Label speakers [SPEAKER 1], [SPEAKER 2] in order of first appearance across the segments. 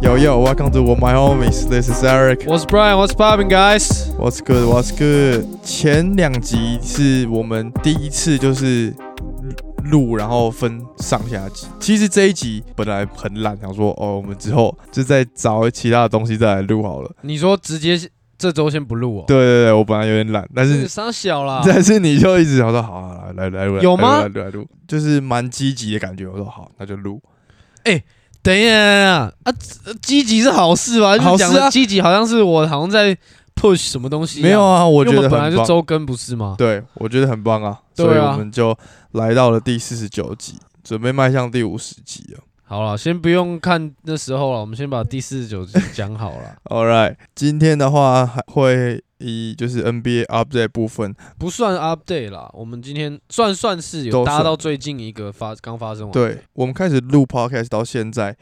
[SPEAKER 1] Yo yo, welcome to my homies. This is Eric.
[SPEAKER 2] What's Brian? What's popping, guys?
[SPEAKER 1] What's good? What's good? 前两集是我们第一次就是录，然后分上下集。其实这一集本来很懒，想说哦，我们之后就再找其他的东西再来录好了。
[SPEAKER 2] 你说直接这周先不录哦？
[SPEAKER 1] 对对对，我本来有点懒，但
[SPEAKER 2] 这
[SPEAKER 1] 是
[SPEAKER 2] 个伤小啦。
[SPEAKER 1] 但是你就一直想说好啊，好啊来来来录，
[SPEAKER 2] 有吗
[SPEAKER 1] 来录来录来录，就是蛮积极的感觉。我说好，那就录。
[SPEAKER 2] 等一下，等一下啊，呃积极是好事吧？
[SPEAKER 1] 好事啊
[SPEAKER 2] 就是讲的积极好像是我好像在 push 什么东西一样。
[SPEAKER 1] 没有啊，我
[SPEAKER 2] 因
[SPEAKER 1] 觉
[SPEAKER 2] 为我
[SPEAKER 1] 得很
[SPEAKER 2] 们本来就
[SPEAKER 1] 棒
[SPEAKER 2] 周更不是吗？
[SPEAKER 1] 对，我觉得很棒啊，
[SPEAKER 2] 对
[SPEAKER 1] 所以
[SPEAKER 2] 啊
[SPEAKER 1] 我们就来到了第四十九集，准备迈向第五十集了。
[SPEAKER 2] 好了，先不用看那时候了，我们先把第四十九集讲好 了。
[SPEAKER 1] All right，今天的话还会以就是 NBA update 部分，
[SPEAKER 2] 不算 update 啦，我们今天算算是
[SPEAKER 1] 都算
[SPEAKER 2] 有搭到最近一个发刚发生完。，
[SPEAKER 1] 对我们开始录 podcast 到现在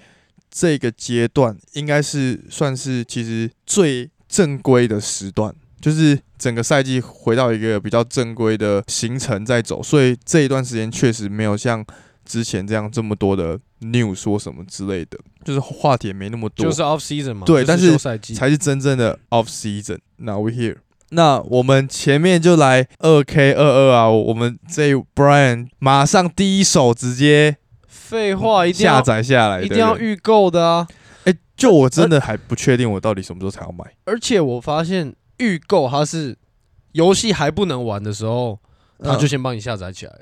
[SPEAKER 1] 这个阶段，应该是算是其实最正规的时段，就是整个赛季回到一个比较正规的行程在走，所以这一段时间确实没有像之前这样这么多的 news 说什么之类的，就是话题也没那么多，
[SPEAKER 2] 就是 off season 嘛。
[SPEAKER 1] 对
[SPEAKER 2] 就
[SPEAKER 1] 但是
[SPEAKER 2] 休赛季
[SPEAKER 1] 才是真正的 off season。Now we here。那我们前面就来二 K 二二啊，我们这 Brian 马上第一手直接
[SPEAKER 2] 废话，一定
[SPEAKER 1] 下
[SPEAKER 2] 要
[SPEAKER 1] 载下来，
[SPEAKER 2] 一
[SPEAKER 1] 对
[SPEAKER 2] 定要
[SPEAKER 1] 对
[SPEAKER 2] 预购的啊。
[SPEAKER 1] 哎、就我真的还不确定我到底什么时候才要买。
[SPEAKER 2] 而且我发现预购它是游戏还不能玩的时候，它就
[SPEAKER 1] 嗯
[SPEAKER 2] 先帮你下载起来了。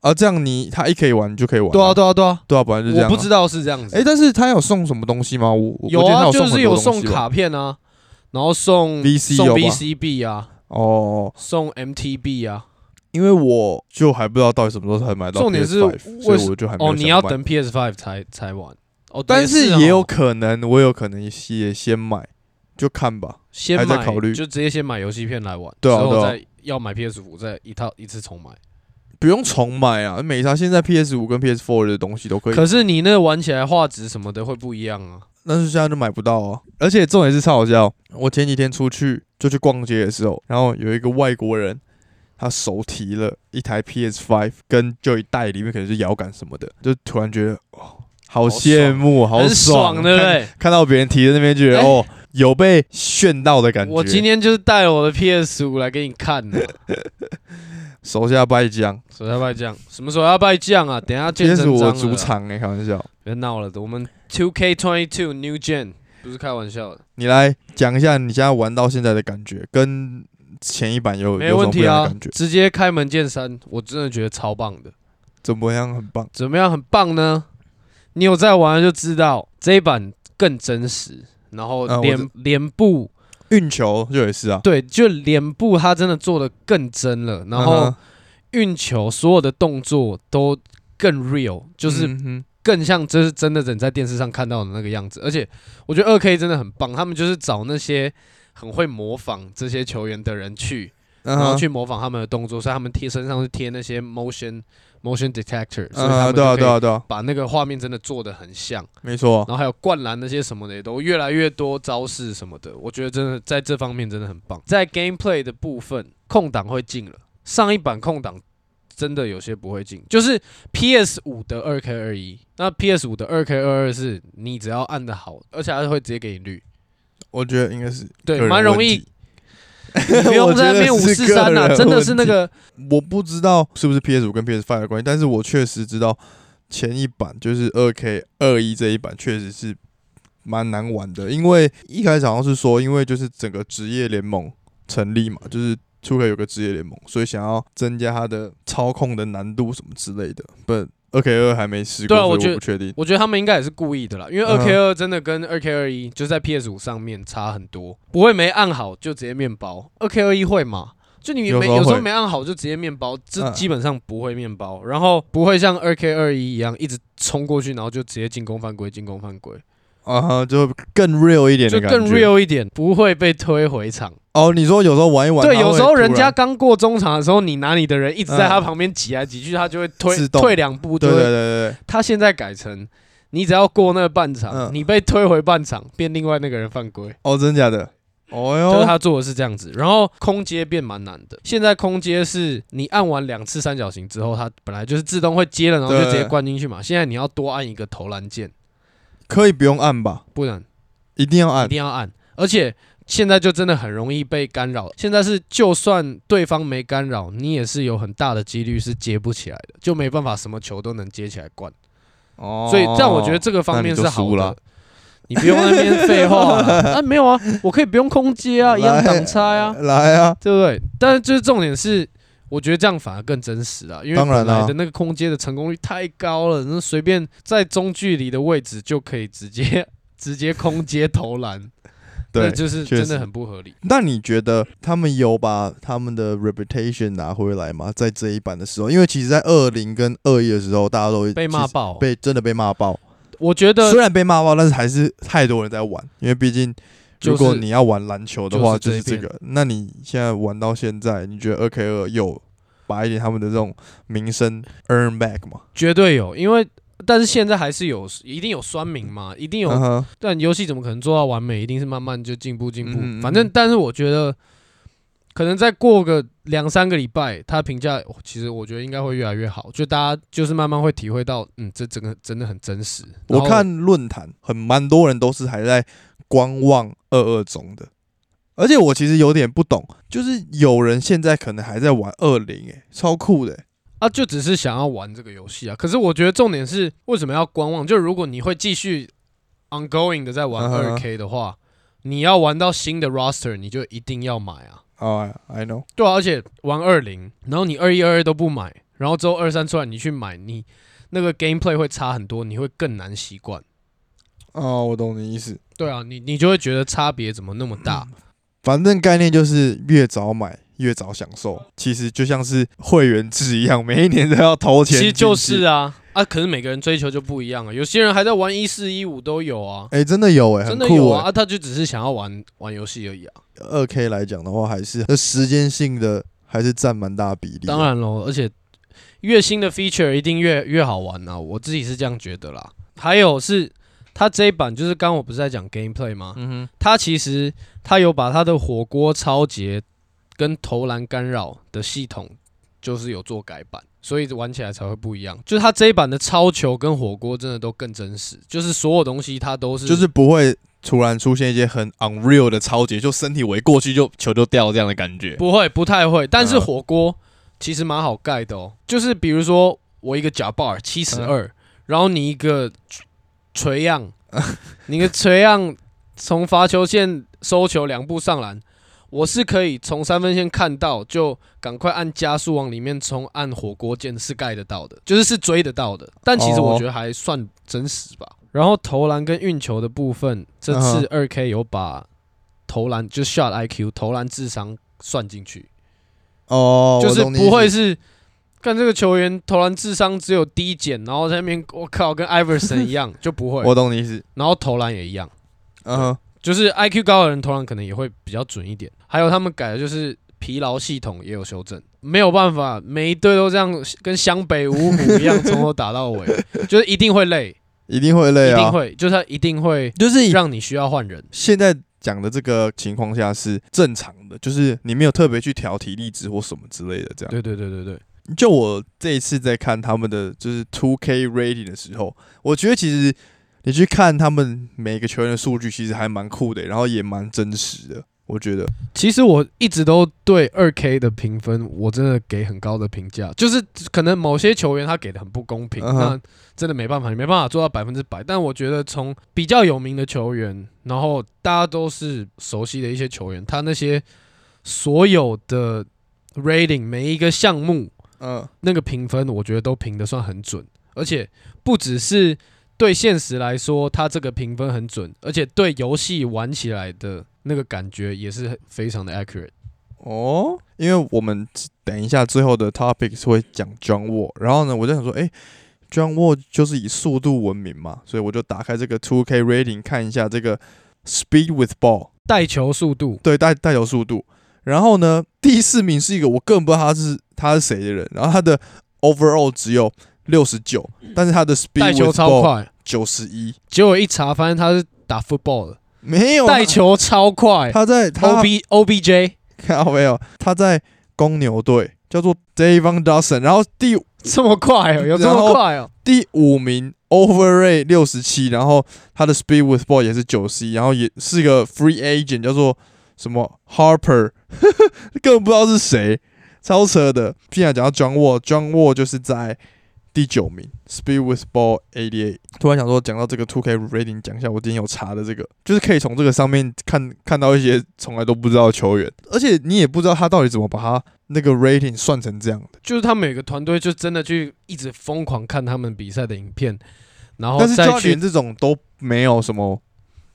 [SPEAKER 1] 啊，这样你他一可以玩你就可以玩、
[SPEAKER 2] 呃对啊，，对啊，对啊，
[SPEAKER 1] 对啊，本来就这
[SPEAKER 2] 我
[SPEAKER 1] 样、
[SPEAKER 2] 不知。道是这样子。
[SPEAKER 1] 哎、但是他有送什么东西吗？我我
[SPEAKER 2] 有
[SPEAKER 1] 我记得他
[SPEAKER 2] 啊，
[SPEAKER 1] 送
[SPEAKER 2] 就
[SPEAKER 1] 很多
[SPEAKER 2] 是有
[SPEAKER 1] 东
[SPEAKER 2] 送
[SPEAKER 1] 西吧
[SPEAKER 2] 卡片啊，然后送
[SPEAKER 1] VC
[SPEAKER 2] 送
[SPEAKER 1] 有吧
[SPEAKER 2] VCB 啊，
[SPEAKER 1] 哦，
[SPEAKER 2] 送 MTB 啊。
[SPEAKER 1] 因为我就还不知道到底什么时候才买到 PS5。
[SPEAKER 2] 重点是
[SPEAKER 1] 所
[SPEAKER 2] 为
[SPEAKER 1] 以
[SPEAKER 2] 什
[SPEAKER 1] 我就还没有
[SPEAKER 2] 哦，
[SPEAKER 1] 想
[SPEAKER 2] 你要
[SPEAKER 1] 买
[SPEAKER 2] 等 PS Five 才才玩哦，
[SPEAKER 1] 但是
[SPEAKER 2] 哦
[SPEAKER 1] 也有可能，我有可能也先买，就看吧。还
[SPEAKER 2] 先
[SPEAKER 1] 在
[SPEAKER 2] 买
[SPEAKER 1] 考虑
[SPEAKER 2] 就直接先买游戏片来玩，之
[SPEAKER 1] 对啊
[SPEAKER 2] 后
[SPEAKER 1] 对啊
[SPEAKER 2] 再要买 PS 五再一套一次重买。
[SPEAKER 1] 不用重买啊，美差。现在 PS 五跟 PS Four 的东西都可以，
[SPEAKER 2] 可是你那玩起来画质什么的会不一样啊。
[SPEAKER 1] 但是现在就买不到啊。而且重点是超好笑，我前几天出去就去逛街的时候，然后有一个外国人，他手提了一台 PS Five 跟就一袋，里面可能是摇杆什么的，就突然觉得哦，好
[SPEAKER 2] 爽
[SPEAKER 1] 羡慕，好
[SPEAKER 2] 很爽，对
[SPEAKER 1] 看
[SPEAKER 2] 不对？
[SPEAKER 1] 看到别人提的那边，觉得、
[SPEAKER 2] 哎
[SPEAKER 1] 哦，有被炫到的感觉。
[SPEAKER 2] 我今天就是带了我的 PS 五来给你看的，
[SPEAKER 1] 手下败将
[SPEAKER 2] 手下败将，什么手下败将啊？等一下见真
[SPEAKER 1] ，PS
[SPEAKER 2] 章
[SPEAKER 1] 五
[SPEAKER 2] 了
[SPEAKER 1] 的
[SPEAKER 2] 啦
[SPEAKER 1] 主，场哎、开玩笑。
[SPEAKER 2] 别闹了，我们 Two K Twenty Two New Gen 不是开玩笑的，
[SPEAKER 1] 你来讲一下你现在玩到现在的感觉，跟前一版有
[SPEAKER 2] 没
[SPEAKER 1] 有什
[SPEAKER 2] 问
[SPEAKER 1] 么不一
[SPEAKER 2] 题
[SPEAKER 1] 样的
[SPEAKER 2] 啊
[SPEAKER 1] 感觉，？
[SPEAKER 2] 直接开门见山，我真的觉得超棒的。
[SPEAKER 1] 怎么样？很棒。
[SPEAKER 2] 怎么样，很棒呢？你有在玩就知道，这一版更真实，然后
[SPEAKER 1] 嗯我
[SPEAKER 2] 脸、
[SPEAKER 1] 知
[SPEAKER 2] 脸部
[SPEAKER 1] 运球就也是啊，
[SPEAKER 2] 对，就脸部它真的做的更真了，然
[SPEAKER 1] 嗯
[SPEAKER 2] 后
[SPEAKER 1] 哼
[SPEAKER 2] 运球所有的动作都更 real，就是
[SPEAKER 1] 嗯哼
[SPEAKER 2] 更像这是真的人在电视上看到的那个样子。而且我觉得二 K 真的很棒，他们就是找那些很会模仿这些球员的人去，
[SPEAKER 1] 嗯
[SPEAKER 2] 然
[SPEAKER 1] 哼
[SPEAKER 2] 后去模仿他们的动作，所以他们贴身上是贴那些 motion motion detector，所
[SPEAKER 1] 嗯
[SPEAKER 2] 以他
[SPEAKER 1] 哼，
[SPEAKER 2] 们
[SPEAKER 1] 对啊
[SPEAKER 2] 就
[SPEAKER 1] 对
[SPEAKER 2] 可以嗯
[SPEAKER 1] 啊对啊，
[SPEAKER 2] 把那个画面真的做的很像。
[SPEAKER 1] 没错。
[SPEAKER 2] 然后还有灌篮那些什么的，也都越来越多招式什么的。我觉得真的在这方面真的很棒。在 gameplay 的部分，空档会进了，上一版空档真的有些不会进，就是 PS 五的二 K 二一，那 PS 五的二 K 二二是你只要按的好，而且它会直接给你绿，
[SPEAKER 1] 我觉得应该是
[SPEAKER 2] 对
[SPEAKER 1] 个人
[SPEAKER 2] 蛮容
[SPEAKER 1] 问
[SPEAKER 2] 易
[SPEAKER 1] 题。
[SPEAKER 2] 你不用
[SPEAKER 1] 我觉得
[SPEAKER 2] 在那边五
[SPEAKER 1] 是
[SPEAKER 2] 四
[SPEAKER 1] 个
[SPEAKER 2] 三啦，
[SPEAKER 1] 人
[SPEAKER 2] 真的是那
[SPEAKER 1] 问题
[SPEAKER 2] 个
[SPEAKER 1] 我不知道是不是 PS 五跟 PS Five 的关系，但是我确实知道前一版就是二 K 二一这一版确实是蛮难玩的，因为一开始好像是说，因为就是整个职业联盟成立嘛，就是 t w K 有个职业联盟，所以想要增加它的操控的难度什么之类的。不，二 K 二还没试过，
[SPEAKER 2] 对啊
[SPEAKER 1] 所以
[SPEAKER 2] 我觉
[SPEAKER 1] 我
[SPEAKER 2] 得
[SPEAKER 1] 不确定。
[SPEAKER 2] 我觉得他们应该也是故意的啦，因为
[SPEAKER 1] 嗯
[SPEAKER 2] 二
[SPEAKER 1] 哼
[SPEAKER 2] K 二真的跟二 K 二一就是在 PS 五上面差很多，不会没按好就直接面包。二 K 二一会吗？就你
[SPEAKER 1] 有
[SPEAKER 2] 没
[SPEAKER 1] 时候
[SPEAKER 2] 有时候
[SPEAKER 1] 会
[SPEAKER 2] 没按好就直接面包，这
[SPEAKER 1] 嗯
[SPEAKER 2] 基本上不会面包，然后不会像二 K 二一一样一直冲过去，然后就直接进攻犯规，进攻犯规，
[SPEAKER 1] 啊哈，就更 real 一点
[SPEAKER 2] 就
[SPEAKER 1] 的感觉。
[SPEAKER 2] 更 real 一点，不会被推回场。
[SPEAKER 1] 哦，你说有时候玩一玩，
[SPEAKER 2] 对，
[SPEAKER 1] 它会
[SPEAKER 2] 有时候人
[SPEAKER 1] 突
[SPEAKER 2] 家
[SPEAKER 1] 然
[SPEAKER 2] 刚过中场的时候，你拿你的人一直
[SPEAKER 1] 嗯
[SPEAKER 2] 在他旁边挤来挤去，他就会推
[SPEAKER 1] 自动
[SPEAKER 2] 退两步，
[SPEAKER 1] 对
[SPEAKER 2] 就
[SPEAKER 1] 对对
[SPEAKER 2] 会
[SPEAKER 1] 对对，
[SPEAKER 2] 他现在改成你只要过那个半场，
[SPEAKER 1] 嗯
[SPEAKER 2] 你被推回半场，变另外那个人犯规。
[SPEAKER 1] 哦，真假的？哦
[SPEAKER 2] 就是
[SPEAKER 1] 哟，
[SPEAKER 2] 他做的是这样子，然后空接变蛮难的。现在空接是你按完两次三角形之后，它本来就是自动会接了，然后就直接
[SPEAKER 1] 对
[SPEAKER 2] 灌进去嘛。现在你要多按一个投篮键，
[SPEAKER 1] 可以不用按吧？
[SPEAKER 2] 不然
[SPEAKER 1] 一定要
[SPEAKER 2] 一
[SPEAKER 1] 按
[SPEAKER 2] 定要按。而且现在就真的很容易被干扰。现在是就算对方没干扰，你也是有很大的几率是接不起来的，就没办法什么球都能接起来灌。
[SPEAKER 1] 哦。
[SPEAKER 2] 所以但我觉得这个方面是
[SPEAKER 1] 那你
[SPEAKER 2] 好
[SPEAKER 1] 就输了
[SPEAKER 2] 的。你不用在那边废话 了啊，没有啊，我可以不用空接啊，一样挡拆啊，
[SPEAKER 1] 来啊，
[SPEAKER 2] 对不对？但是就是重点是，我觉得这样反而更真实啊，因为
[SPEAKER 1] 当然啊
[SPEAKER 2] 本来的那个空接的成功率太高了，那随便在中距离的位置就可以直接 直接空接投篮，
[SPEAKER 1] 对。
[SPEAKER 2] 那就是
[SPEAKER 1] 确实
[SPEAKER 2] 真的很不合理。
[SPEAKER 1] 那你觉得他们有把他们的 reputation 拿回来吗？在这一版的时候，因为其实，在二零跟二一的时候，大家都
[SPEAKER 2] 被骂
[SPEAKER 1] 其实
[SPEAKER 2] 爆，啊
[SPEAKER 1] 被真的被骂爆。
[SPEAKER 2] 我觉得
[SPEAKER 1] 虽然被骂爆，但是还是太多人在玩，因为毕竟
[SPEAKER 2] 就是
[SPEAKER 1] 如果你要玩篮球的话，
[SPEAKER 2] 就
[SPEAKER 1] 就是是
[SPEAKER 2] 这一
[SPEAKER 1] 这个。那你现在玩到现在，你觉得二 K 二有把一点他们的这种名声 earn back 吗？
[SPEAKER 2] 绝对有，因为但是现在还是有，一定有酸民嘛，一定有
[SPEAKER 1] 嗯哼
[SPEAKER 2] 但游戏怎么可能做到完美？一定是慢慢就进步进步。
[SPEAKER 1] 嗯嗯嗯
[SPEAKER 2] 反正，但是我觉得，可能再过个两三个礼拜，他评价哦其实我觉得应该会越来越好。就大家就是慢慢会体会到，嗯，这整个真的很真实。
[SPEAKER 1] 我
[SPEAKER 2] 然后
[SPEAKER 1] 看论坛很蛮多人都是还在观望二二中的，而且我其实有点不懂，就是有人现在可能还在玩二零，哎，超酷的、欸，
[SPEAKER 2] 啊，就只是想要玩这个游戏啊。可是我觉得重点是为什么要观望？就如果你会继续 ongoing 的在玩
[SPEAKER 1] 嗯哼
[SPEAKER 2] 二 K 的话，你要玩到新的 roster，你就一定要买啊。
[SPEAKER 1] 哦、i know，
[SPEAKER 2] 对啊，而且玩二零，然后你二一二二都不买，然后之后二三出来你去买，你那个 gameplay 会差很多，你会更难习惯。
[SPEAKER 1] 哦，我懂你意思，
[SPEAKER 2] 对啊，你你就会觉得差别怎么那么大？
[SPEAKER 1] 嗯反正概念就是越早买越早享受，其实就像是会员制一样，每一年都要投
[SPEAKER 2] 其
[SPEAKER 1] 钱，
[SPEAKER 2] 实就是，啊啊，可是每个人追求就不一样啊，有些人还在玩一四一五都有啊，
[SPEAKER 1] 哎、真的有哎、很
[SPEAKER 2] 真的有
[SPEAKER 1] 酷
[SPEAKER 2] 啊，
[SPEAKER 1] 哎、
[SPEAKER 2] 啊他就只是想要玩玩游戏而已啊。
[SPEAKER 1] 二 K 来讲的话，还是那时间性的还是占蛮大比例的，
[SPEAKER 2] 当然喽，而且越新的 feature 一定越越好玩呐、我自己是这样觉得啦。还有是它这一版就是刚刚我不是在讲 gameplay 吗？
[SPEAKER 1] 嗯
[SPEAKER 2] 他其实他有把他的火锅超节跟投篮干扰的系统，就是有做改版，所以玩起来才会不一样。就是他这一版的超球跟火锅真的都更真实，就是所有东西它都是
[SPEAKER 1] 就是不会突然出现一些很 unreal 的超节，就身体围过去就球就掉这样的感觉。
[SPEAKER 2] 不会不太会，但是
[SPEAKER 1] 嗯
[SPEAKER 2] 火锅其实蛮好盖的哦。就是比如说我一个假 bar 七十二，
[SPEAKER 1] 嗯
[SPEAKER 2] 然后你一个垂垂样， 你一个垂样从罚球线收球两步上篮，我是可以从三分线看到，就赶快按加速往里面冲，按火锅键是盖得到的，就是是追得到的。但其实
[SPEAKER 1] 哦
[SPEAKER 2] 我觉得还算真实吧。嗯然后投篮跟运球的部分，这次二 K 有把投篮就 shot IQ 投篮智商算进去，
[SPEAKER 1] 哦，
[SPEAKER 2] 就
[SPEAKER 1] 我
[SPEAKER 2] 是
[SPEAKER 1] 懂你
[SPEAKER 2] 不会
[SPEAKER 1] 意思
[SPEAKER 2] 是看这个球员投篮智商只有低减，然后在那边我靠跟 Iverson 一 样就不会
[SPEAKER 1] 我，懂你意思。
[SPEAKER 2] 然后投篮也一样，
[SPEAKER 1] 嗯哼，
[SPEAKER 2] 就是 IQ 高的人投篮可能也会比较准一点。还有他们改的就是疲劳系统也有修正，没有办法每一队都这样跟湘北五虎一样从头打到 尾，就是一定会累，
[SPEAKER 1] 一定会累
[SPEAKER 2] 一定
[SPEAKER 1] 啊，嗯
[SPEAKER 2] 会，就是他一定会
[SPEAKER 1] 就是以
[SPEAKER 2] 让你需要换人。
[SPEAKER 1] 现在讲的这个情况下是正常的，就是你没有特别去调体力值或什么之类的这样。
[SPEAKER 2] 对对对对对，
[SPEAKER 1] 就我这一次在看他们的就是 Two K rating 的时候，我觉得其实你去看他们每个球员的数据，其实还蛮酷的，然后也蛮真实的。我觉得
[SPEAKER 2] 其实我一直都对二 K 的评分，我真的给很高的评价，就是可能某些球员他给的很不公平，
[SPEAKER 1] 嗯哼
[SPEAKER 2] 那真的没办法，你没办法做到百分之百。但我觉得从比较有名的球员，然后大家都是熟悉的一些球员，他那些所有的 rating 每一个项目
[SPEAKER 1] 嗯，
[SPEAKER 2] 那个评分，我觉得都评的算很准，而且不只是对现实来说，他这个评分很准，而且对游戏玩起来的那个感觉也是很非常的 accurate。
[SPEAKER 1] 哦，因为我们等一下最后的 topics 会讲 John Wall，然后呢，我就想说，诶 j o h n Wall 就是以速度闻名嘛，所以我就打开这个 Two K rating 看一下这个 Speed with Ball，
[SPEAKER 2] 带球速度，
[SPEAKER 1] 对，带带球速度。然后呢，第四名是一个我更不知道他是他是谁的人，然后他的 overall 只有六十九，但是他的 speed
[SPEAKER 2] 带球
[SPEAKER 1] with
[SPEAKER 2] 超
[SPEAKER 1] ball
[SPEAKER 2] 快，
[SPEAKER 1] 九十一，
[SPEAKER 2] 结果一查发现他是打 football 的，
[SPEAKER 1] 没有啊
[SPEAKER 2] 带，球超快
[SPEAKER 1] 他在他嗯
[SPEAKER 2] ，OB OBJ
[SPEAKER 1] 看到没有？他在公牛队叫做 Davon Dawson，然后第
[SPEAKER 2] 这么快哦，有这
[SPEAKER 1] 然
[SPEAKER 2] 么
[SPEAKER 1] 后
[SPEAKER 2] 快哦？
[SPEAKER 1] 第五名 Overray 六十七，然后他的 Speed with Ball 也是九十一，然后也是个 Free Agent，叫做什么 Harper，根本不知道是谁，超扯的。现在讲到 John Wall，John Wall 就是在第九名，Speed with Ball eighty eight。突然想说，讲到这个 Two K Rating，讲一下我今天有查的这个，就是可以从这个上面看看到一些从来都不知道的球员，而且你也不知道他到底怎么把他那个 Rating 算成这样的。
[SPEAKER 2] 就是他每个团队就真的去一直疯狂看他们比赛的影片，然后
[SPEAKER 1] 但是
[SPEAKER 2] 哦再
[SPEAKER 1] 教
[SPEAKER 2] 去
[SPEAKER 1] 练这种都没有什么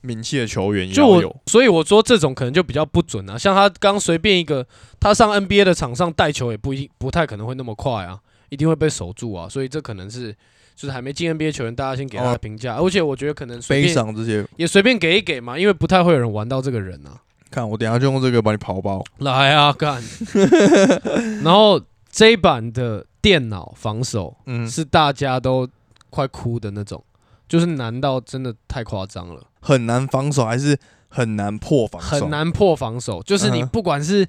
[SPEAKER 1] 名气的球员也
[SPEAKER 2] 就
[SPEAKER 1] 要有
[SPEAKER 2] 我，，所以我说这种可能就比较不准啊。像他刚随便一个，他上 NBA 的场上带球也不一不太可能会那么快啊，一定会被守住啊。所以这可能是就是还没进 NBA 球员，大家先给他
[SPEAKER 1] 哦
[SPEAKER 2] 评价。而且我觉得可能随
[SPEAKER 1] 悲
[SPEAKER 2] 便
[SPEAKER 1] 伤这些。
[SPEAKER 2] 也随便给一给嘛，因为不太会有人玩到这个人啊。
[SPEAKER 1] 看我等一下就用这个把你刨包。
[SPEAKER 2] 来 啊，干！然后这一版的电脑防守
[SPEAKER 1] 嗯，
[SPEAKER 2] 是大家都快哭的那种，就是难到真的太夸张了。
[SPEAKER 1] 很难防守还是很难破防守？
[SPEAKER 2] 很难破防守，就是你
[SPEAKER 1] 嗯哼
[SPEAKER 2] 不管是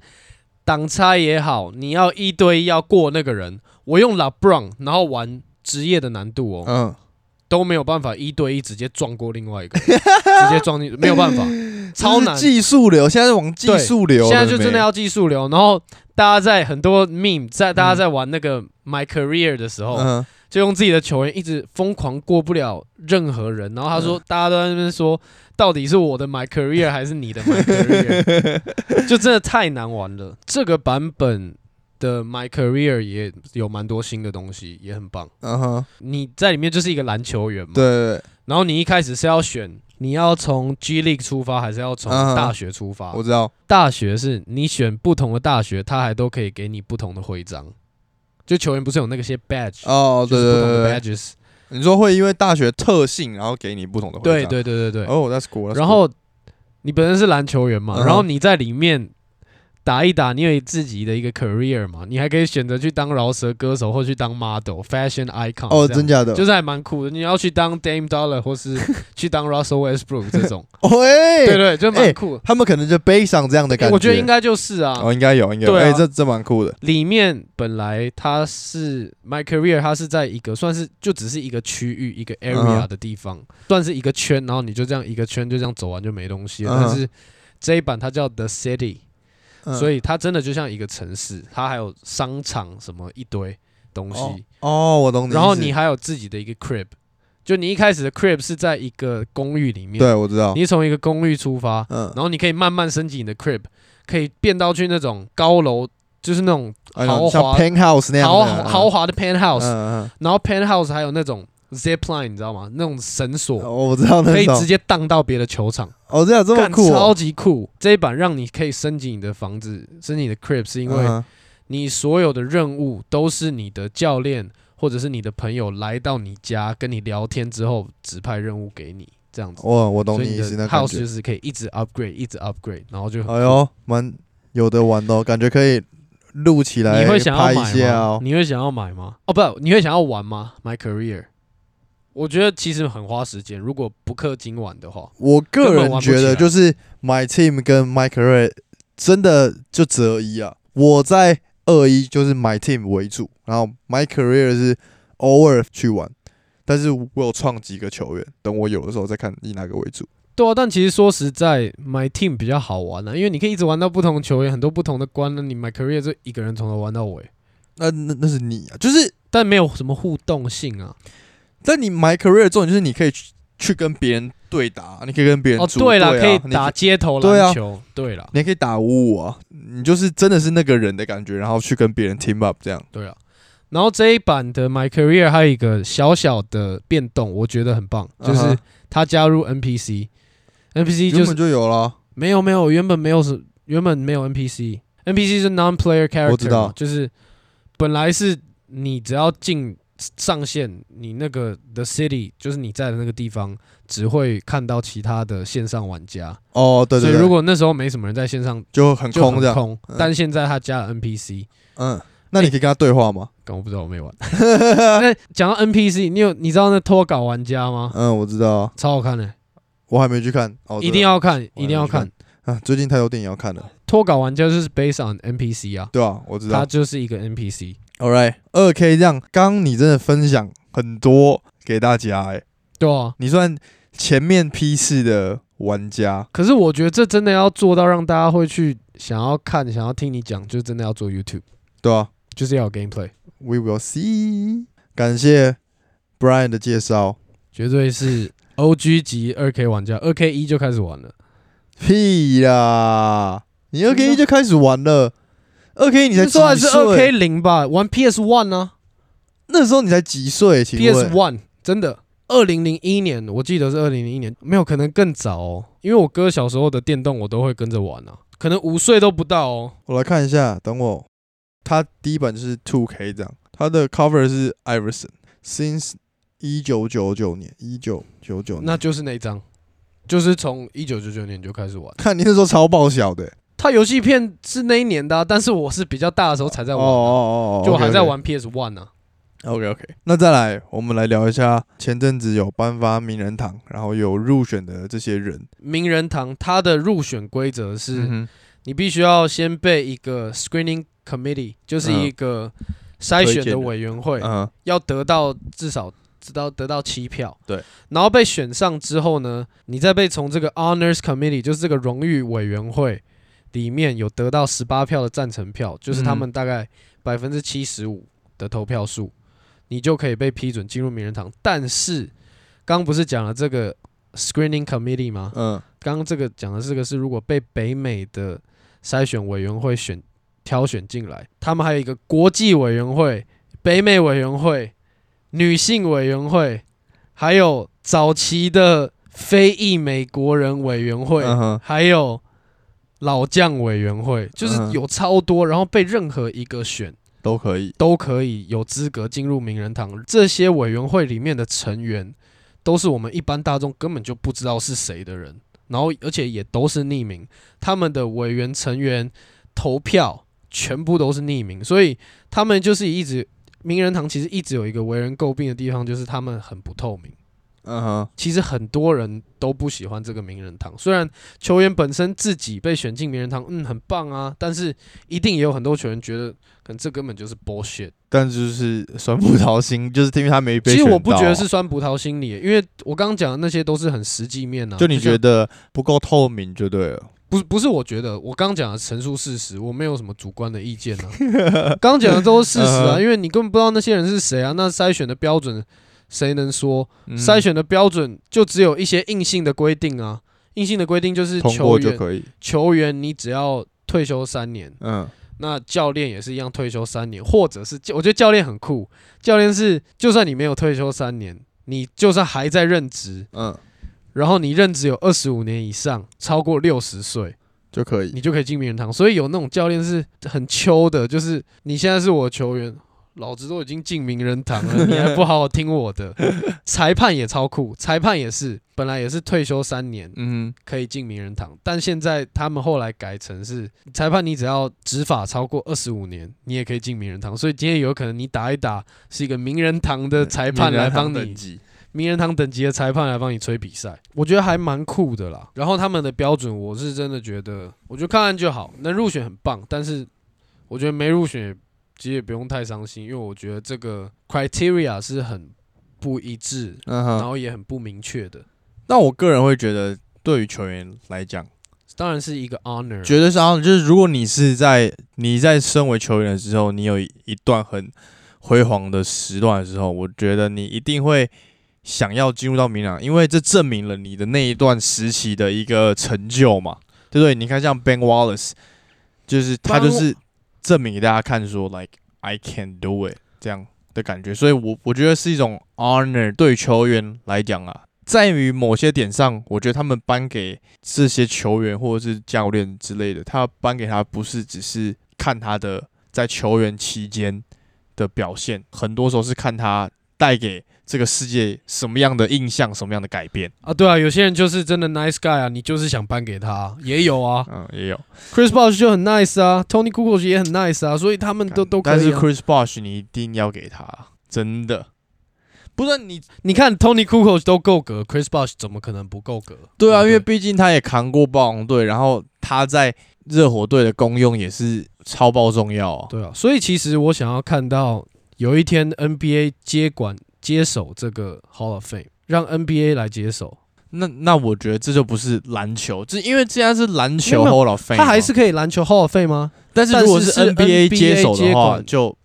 [SPEAKER 2] 挡拆也好，你要一对一要过那个人，我用 LeBron 然后玩职业的难度哦，
[SPEAKER 1] 嗯，
[SPEAKER 2] 都没有办法一对一直接撞过另外一个，直接撞进，没有 办法，超
[SPEAKER 1] 这
[SPEAKER 2] 难
[SPEAKER 1] 是。技术流，现在是往技术流了
[SPEAKER 2] 现
[SPEAKER 1] 没，嗯
[SPEAKER 2] 在就真的要技术流，然后大家在很多 meme 在大家在玩那个 My Career 的时候，
[SPEAKER 1] 嗯，
[SPEAKER 2] 就用自己的球员一直疯狂过不了任何人，然后他说，
[SPEAKER 1] 嗯
[SPEAKER 2] 大家都在那边说，到底是我的 my career 还是你的 my career，就真的太难玩了。这个版本的 my career 也有蛮多新的东西，也很棒。
[SPEAKER 1] 嗯哼，
[SPEAKER 2] 你在里面就是一个篮球员嘛，
[SPEAKER 1] 对对
[SPEAKER 2] 然后你一开始是要选。你要从 G League 出发，还是要从
[SPEAKER 1] 嗯
[SPEAKER 2] 大学出发
[SPEAKER 1] 对，我知道。
[SPEAKER 2] 大学是你选不同的大学，它还都可以给你不同的徽章。就球员不是有那个些 badge，、
[SPEAKER 1] 哦，
[SPEAKER 2] 就
[SPEAKER 1] 对
[SPEAKER 2] 是不
[SPEAKER 1] 对
[SPEAKER 2] 同
[SPEAKER 1] 对
[SPEAKER 2] 的
[SPEAKER 1] 对，
[SPEAKER 2] badges。
[SPEAKER 1] 你说会因为大学特性，然后给你不同的
[SPEAKER 2] 对
[SPEAKER 1] 徽章。
[SPEAKER 2] 对对对对。
[SPEAKER 1] 哦，That's cool。
[SPEAKER 2] 然后你本身是篮球员嘛，
[SPEAKER 1] 嗯哼
[SPEAKER 2] 然后你在里面打一打，你有自己的一个 career 嘛，你还可以选择去当饶舌歌手或去当 model、fashion icon
[SPEAKER 1] 哦，
[SPEAKER 2] 这样
[SPEAKER 1] 真假的？
[SPEAKER 2] 就是还蛮酷的。你要去当 Dame Dollar 或是去当 Russell Westbrook 这种，
[SPEAKER 1] 喂，
[SPEAKER 2] 对对，就蛮酷的。
[SPEAKER 1] 哦他们可能就悲伤这样的哎感
[SPEAKER 2] 我觉得应
[SPEAKER 1] 该
[SPEAKER 2] 该就是啊，
[SPEAKER 1] 哦，应该有，应该有。
[SPEAKER 2] 对啊
[SPEAKER 1] 哎，这这蛮酷的。
[SPEAKER 2] 里面本来它是 My Career，它是在一个算是就只是一个区域一个
[SPEAKER 1] 嗯
[SPEAKER 2] area 的地方，算是一个圈，然后你就这样一个圈就这样走完就没东西了。
[SPEAKER 1] 嗯
[SPEAKER 2] 但是这一版它叫 The City，、所
[SPEAKER 1] 以
[SPEAKER 2] 以它真的就像一个城市，它还有商场什么一堆东西，
[SPEAKER 1] 哦，我懂你意思。
[SPEAKER 2] 然后你还有自己的一个 crib，就你一开始的 crib 是在一个公寓里面，
[SPEAKER 1] 对，我知道。
[SPEAKER 2] 你从一个公寓出发，
[SPEAKER 1] 嗯，
[SPEAKER 2] 然后你可以慢慢升级你的 crib，可以变到去那种高楼，就是那种
[SPEAKER 1] 哎
[SPEAKER 2] 豪
[SPEAKER 1] 像
[SPEAKER 2] 华
[SPEAKER 1] penthouse 那样
[SPEAKER 2] 豪
[SPEAKER 1] 的嗯
[SPEAKER 2] 豪华的 penthouse，、
[SPEAKER 1] 嗯嗯
[SPEAKER 2] 然后 penthouse 还有那种 zip line，你知道吗？那种绳
[SPEAKER 1] 嗯，
[SPEAKER 2] 索
[SPEAKER 1] 哦我知道
[SPEAKER 2] 可
[SPEAKER 1] 那
[SPEAKER 2] 以直
[SPEAKER 1] 种。
[SPEAKER 2] 接荡到别的球场，
[SPEAKER 1] 哦， 这样这么
[SPEAKER 2] 干
[SPEAKER 1] 酷
[SPEAKER 2] 超
[SPEAKER 1] 哦，
[SPEAKER 2] 级酷！这一版让你可以升级你的房子，升级你的 crib，是因为
[SPEAKER 1] 嗯
[SPEAKER 2] 你所有的任务都是你的教练或者是你的朋友来到你家跟你聊天之后指派任务给你，这样子。
[SPEAKER 1] 哦我我懂
[SPEAKER 2] 所
[SPEAKER 1] 你
[SPEAKER 2] 以
[SPEAKER 1] 意思，
[SPEAKER 2] 你
[SPEAKER 1] 那
[SPEAKER 2] 的
[SPEAKER 1] 感
[SPEAKER 2] house
[SPEAKER 1] 觉
[SPEAKER 2] 就。是可以一直 upgrade，一直 upgrade，然后就很
[SPEAKER 1] 哎呦，蛮有的玩的哦，感觉可以录起来
[SPEAKER 2] 你会想
[SPEAKER 1] 拍
[SPEAKER 2] 要
[SPEAKER 1] 一
[SPEAKER 2] 买
[SPEAKER 1] 下
[SPEAKER 2] 吗
[SPEAKER 1] 哦？。
[SPEAKER 2] 你会想要买吗？哦，不，你会想要玩吗？My career，我觉得其实很花时间，如果不氪金玩的话，
[SPEAKER 1] 我个
[SPEAKER 2] 根本
[SPEAKER 1] 人
[SPEAKER 2] 玩不起来
[SPEAKER 1] 觉得就是 My Team 跟 My Career 真的就择一啊。我在二一就是 My Team 为主，然后 My Career 是偶尔去玩，但是我有创几个球员，等我有的时候再看以哪个为主。
[SPEAKER 2] 对啊。但其实说实在，My team 比较好玩啊，因为你可以一直玩到不同球员，很多不同的关，那你 My career 就一个人从头玩到尾，
[SPEAKER 1] 那那那是你啊，就是
[SPEAKER 2] 但没有什么互动性啊。
[SPEAKER 1] 但你 My Career 的重点就是你可以去去跟别人对打，啊你可以跟别人
[SPEAKER 2] 哦，
[SPEAKER 1] 组
[SPEAKER 2] 对了，
[SPEAKER 1] 队啊
[SPEAKER 2] 可以
[SPEAKER 1] 你
[SPEAKER 2] 打街头
[SPEAKER 1] 对啊
[SPEAKER 2] 篮球，对了，
[SPEAKER 1] 你也可以打五五啊，你就是真的是那个人的感觉，然后去跟别人 team up 这样。
[SPEAKER 2] 对啊。然后这一版的 My Career 还有一个小小的变动，我觉得很棒，就
[SPEAKER 1] 嗯
[SPEAKER 2] 是
[SPEAKER 1] 哼
[SPEAKER 2] 它加入 NPC，NPC 就
[SPEAKER 1] 原
[SPEAKER 2] 是
[SPEAKER 1] 本就有了，
[SPEAKER 2] 没有没有，原本没有什，原本没有 NPC，NPC 是 non-player character，
[SPEAKER 1] 我知道
[SPEAKER 2] 嘛就是本来是你只要进上线，你那个 the city 就是你在的那个地方，只会看到其他的线上玩家，
[SPEAKER 1] 哦，对对
[SPEAKER 2] 所
[SPEAKER 1] 对，
[SPEAKER 2] 以如果那时候没什么人在线上
[SPEAKER 1] 就很
[SPEAKER 2] 就
[SPEAKER 1] 空这
[SPEAKER 2] 很
[SPEAKER 1] 样，
[SPEAKER 2] 空，
[SPEAKER 1] 嗯
[SPEAKER 2] 但现在他加了 NPC，NPC、
[SPEAKER 1] 嗯，那你可以跟他对话 吗？
[SPEAKER 2] 刚我不知道，我没玩。那讲到 NPC，你有你知道那脱稿玩家吗？
[SPEAKER 1] 嗯，我知道啊，
[SPEAKER 2] 超好看的、
[SPEAKER 1] 我还没去看，哦，
[SPEAKER 2] 一定要看，
[SPEAKER 1] 我
[SPEAKER 2] 一定要
[SPEAKER 1] 还没
[SPEAKER 2] 看
[SPEAKER 1] 去。啊，最近太多电影要看了，
[SPEAKER 2] 脱稿玩家就是 based on NPC 啊，
[SPEAKER 1] 对啊，我知道
[SPEAKER 2] 它。就是一个 NPC。
[SPEAKER 1] All right，二 K 这样，刚刚你真的分享很多给大家、欸，哎，
[SPEAKER 2] 对啊，
[SPEAKER 1] 你算前面批次的玩家，
[SPEAKER 2] 可是我觉得这真的要做到让大家会去想要看、想要听你讲，就真的要做 YouTube，
[SPEAKER 1] 对啊
[SPEAKER 2] 就是要有 gameplay，
[SPEAKER 1] ，We will see。感谢 Brian 的介绍，
[SPEAKER 2] 绝 对是 OG 级二 K 玩家，二 K 一就开始玩了。
[SPEAKER 1] 屁啦，你二 K
[SPEAKER 2] 真
[SPEAKER 1] 一就
[SPEAKER 2] 的
[SPEAKER 1] 开始玩了，二 K 你才
[SPEAKER 2] 那时候还
[SPEAKER 1] 几
[SPEAKER 2] 是二
[SPEAKER 1] 岁
[SPEAKER 2] K 零吧，玩 PS One 啊
[SPEAKER 1] 那时候你才几岁？请
[SPEAKER 2] ，PS
[SPEAKER 1] 问
[SPEAKER 2] One 真的。二零零一年，我记得是二零零一年，没有可能更早哦，因为我哥小时候的电动我都会跟着玩啊，可能五岁都不到哦。
[SPEAKER 1] 我来看一下，等我。他第一版就是 Two K 这样，他的 cover 是 Iverson since 一九九九年，一九九九年。
[SPEAKER 2] 那就是那一张，就是从一九九九年就开始玩。
[SPEAKER 1] 看你那时候超爆小的、欸
[SPEAKER 2] 它游戏片是那一年的啊、但是我是比较大的时候才在
[SPEAKER 1] 哦
[SPEAKER 2] 玩啊、
[SPEAKER 1] 哦哦，
[SPEAKER 2] 就我还在。玩 PS One 呢、
[SPEAKER 1] OK OK，那再来，我们来聊一下前阵子有颁发名人堂，然后有入选的这些人。
[SPEAKER 2] 名人堂它的入选规则是，
[SPEAKER 1] 嗯哼
[SPEAKER 2] 你必须要先被一个 screening committee，就是一个筛选的委员会，
[SPEAKER 1] 嗯
[SPEAKER 2] 要得到至少知道得到七票。
[SPEAKER 1] 对，
[SPEAKER 2] 然后被选上之后呢，你再被从这个 honors committee，就是这个荣誉委员会里面有得到十八票的赞成票，就是他们大概百分之七十五的投票数，你就可以被批准进入名人堂。但是刚不是讲了这个 screening committee 吗？
[SPEAKER 1] 嗯，
[SPEAKER 2] 刚刚这个讲的这个是，如果被北美的筛选委员会选挑选进来，他们还有一个国际委员会、北美委员会、女性委员会，还有早期的非裔美国人委员会，
[SPEAKER 1] 嗯哼
[SPEAKER 2] 还有老将委员会，就是
[SPEAKER 1] 嗯哼
[SPEAKER 2] 有超多，然后被任何一个选。
[SPEAKER 1] 都可以。
[SPEAKER 2] 都可以有资格进入名人堂。这些委员会里面的成员，都是我们一般大众根本就不知道是谁的人，然后而且也都是匿名，他们的委员成员投票全部都是匿名，所以他们就是一直名人堂其实一直有一个为人诟病的地方，就是他们很不透明。
[SPEAKER 1] 嗯哼，
[SPEAKER 2] 其实很多人都不喜欢这个名人堂。虽然球员本身自己被选进名人堂，嗯，很棒啊，但是一定也有很多球员觉得，可能这根本就是 bullshit。
[SPEAKER 1] 但就是酸葡萄心， 就是因为他没被
[SPEAKER 2] 其实
[SPEAKER 1] 选
[SPEAKER 2] 我不觉
[SPEAKER 1] 到啊
[SPEAKER 2] 得是，酸葡萄心理，因为我刚刚讲的那些都是很实际面啊。
[SPEAKER 1] 就你
[SPEAKER 2] 像
[SPEAKER 1] 觉得不够透明就对了。
[SPEAKER 2] 不是不是？我觉得我刚刚讲的陈述事实，我没有什么主观的意见啊。 刚刚讲的都是事实
[SPEAKER 1] 嗯
[SPEAKER 2] 啊，
[SPEAKER 1] 哼
[SPEAKER 2] 因为你根本不知道那些人是谁啊。那筛选的标准谁能说？
[SPEAKER 1] 嗯
[SPEAKER 2] 筛选的标准就只有一些硬性的规定啊。硬性的规定就是
[SPEAKER 1] 通
[SPEAKER 2] 球
[SPEAKER 1] 过就
[SPEAKER 2] 员
[SPEAKER 1] 可以。
[SPEAKER 2] 球员你只要退休三年，
[SPEAKER 1] 嗯，
[SPEAKER 2] 那教练也是一样退休三年，或者是我觉得教练很酷，教练是就算你没有退休三年，你就算还在任职，
[SPEAKER 1] 嗯，
[SPEAKER 2] 然后你任职有二十五年以上，超过六十岁，
[SPEAKER 1] 就可以。
[SPEAKER 2] 你就可以进名人堂。所以有那种教练是很秋的，就是你现在是我球员，老子都已经进名人堂了，你还不好好听我的。裁判也超酷，裁判也是本来也是退休三年，
[SPEAKER 1] 嗯
[SPEAKER 2] 可以进名人堂，但现在他们后来改成是裁判，你只要执法超过二十五年，你也可以进名人堂。所以今天有可能你打一打是一个名人堂的裁判来帮你，名人堂等级的裁判来帮你吹比赛，我觉得还蛮酷的啦。然后他们的标准，我是真的觉得，我觉得看看就好，能入选很棒，但是我觉得没入选也其实也不用太伤心，因为我觉得这个 criteria 是很不一致，
[SPEAKER 1] 嗯
[SPEAKER 2] 然
[SPEAKER 1] 哼，
[SPEAKER 2] 后也很不明确的。
[SPEAKER 1] 那我个人会觉得，对于球员来讲，
[SPEAKER 2] 当然是一个 honor，
[SPEAKER 1] 绝对是啊，就是如果你是在你在身为球员的时候，你有一一段很辉煌的时段的时候，我觉得你一定会想要进入到名人堂，因为这证明了你的那一段时期的一个成就嘛，对不对？你看像 Ben Wallace，就是他就是证明给大家看说，like I can do it 这样的感觉，所以我我觉得是一种 honor 对于球员来讲啊。在于某些点上，我觉得他们颁给这些球员或者是教练之类的，他颁给他不是只是看他的在球员期间的表现，很多时候是看他带给这个世界什么样的印象，什么样的改变。
[SPEAKER 2] 啊，对啊，有些人就是真的 nice guy 啊，你就是想颁给他啊、也有啊
[SPEAKER 1] 嗯，也有，
[SPEAKER 2] ，Chris Bosh 就很 nice 啊，Tony Kukoc 也很 nice 啊，所以他们
[SPEAKER 1] 嗯
[SPEAKER 2] 都都可
[SPEAKER 1] 但
[SPEAKER 2] 以
[SPEAKER 1] 是
[SPEAKER 2] 啊、
[SPEAKER 1] Chris Bosh 你一定要给他，真的。不是你
[SPEAKER 2] 你看 Tony Kukoc 都够格，Chris Bosh 怎么可能不够格？
[SPEAKER 1] 对啊，
[SPEAKER 2] 不
[SPEAKER 1] 因为毕竟他也扛过暴龙队，然后他在热火队的功用也是超爆重要啊。
[SPEAKER 2] 对啊，所以其实我想要看到有一天 NBA 接管接手这个 Hall of Fame，让 NBA 来接手，
[SPEAKER 1] 那那我觉得这就不是篮球，这因为这样是篮球
[SPEAKER 2] 没有
[SPEAKER 1] Hall of Fame，
[SPEAKER 2] 他还
[SPEAKER 1] 嘛
[SPEAKER 2] 是可以篮球 Hall of Fame 吗？
[SPEAKER 1] 但是
[SPEAKER 2] 但
[SPEAKER 1] 如果
[SPEAKER 2] 是
[SPEAKER 1] 是
[SPEAKER 2] 是 NBA
[SPEAKER 1] NBA 接手
[SPEAKER 2] 接
[SPEAKER 1] 的话，
[SPEAKER 2] 管
[SPEAKER 1] 就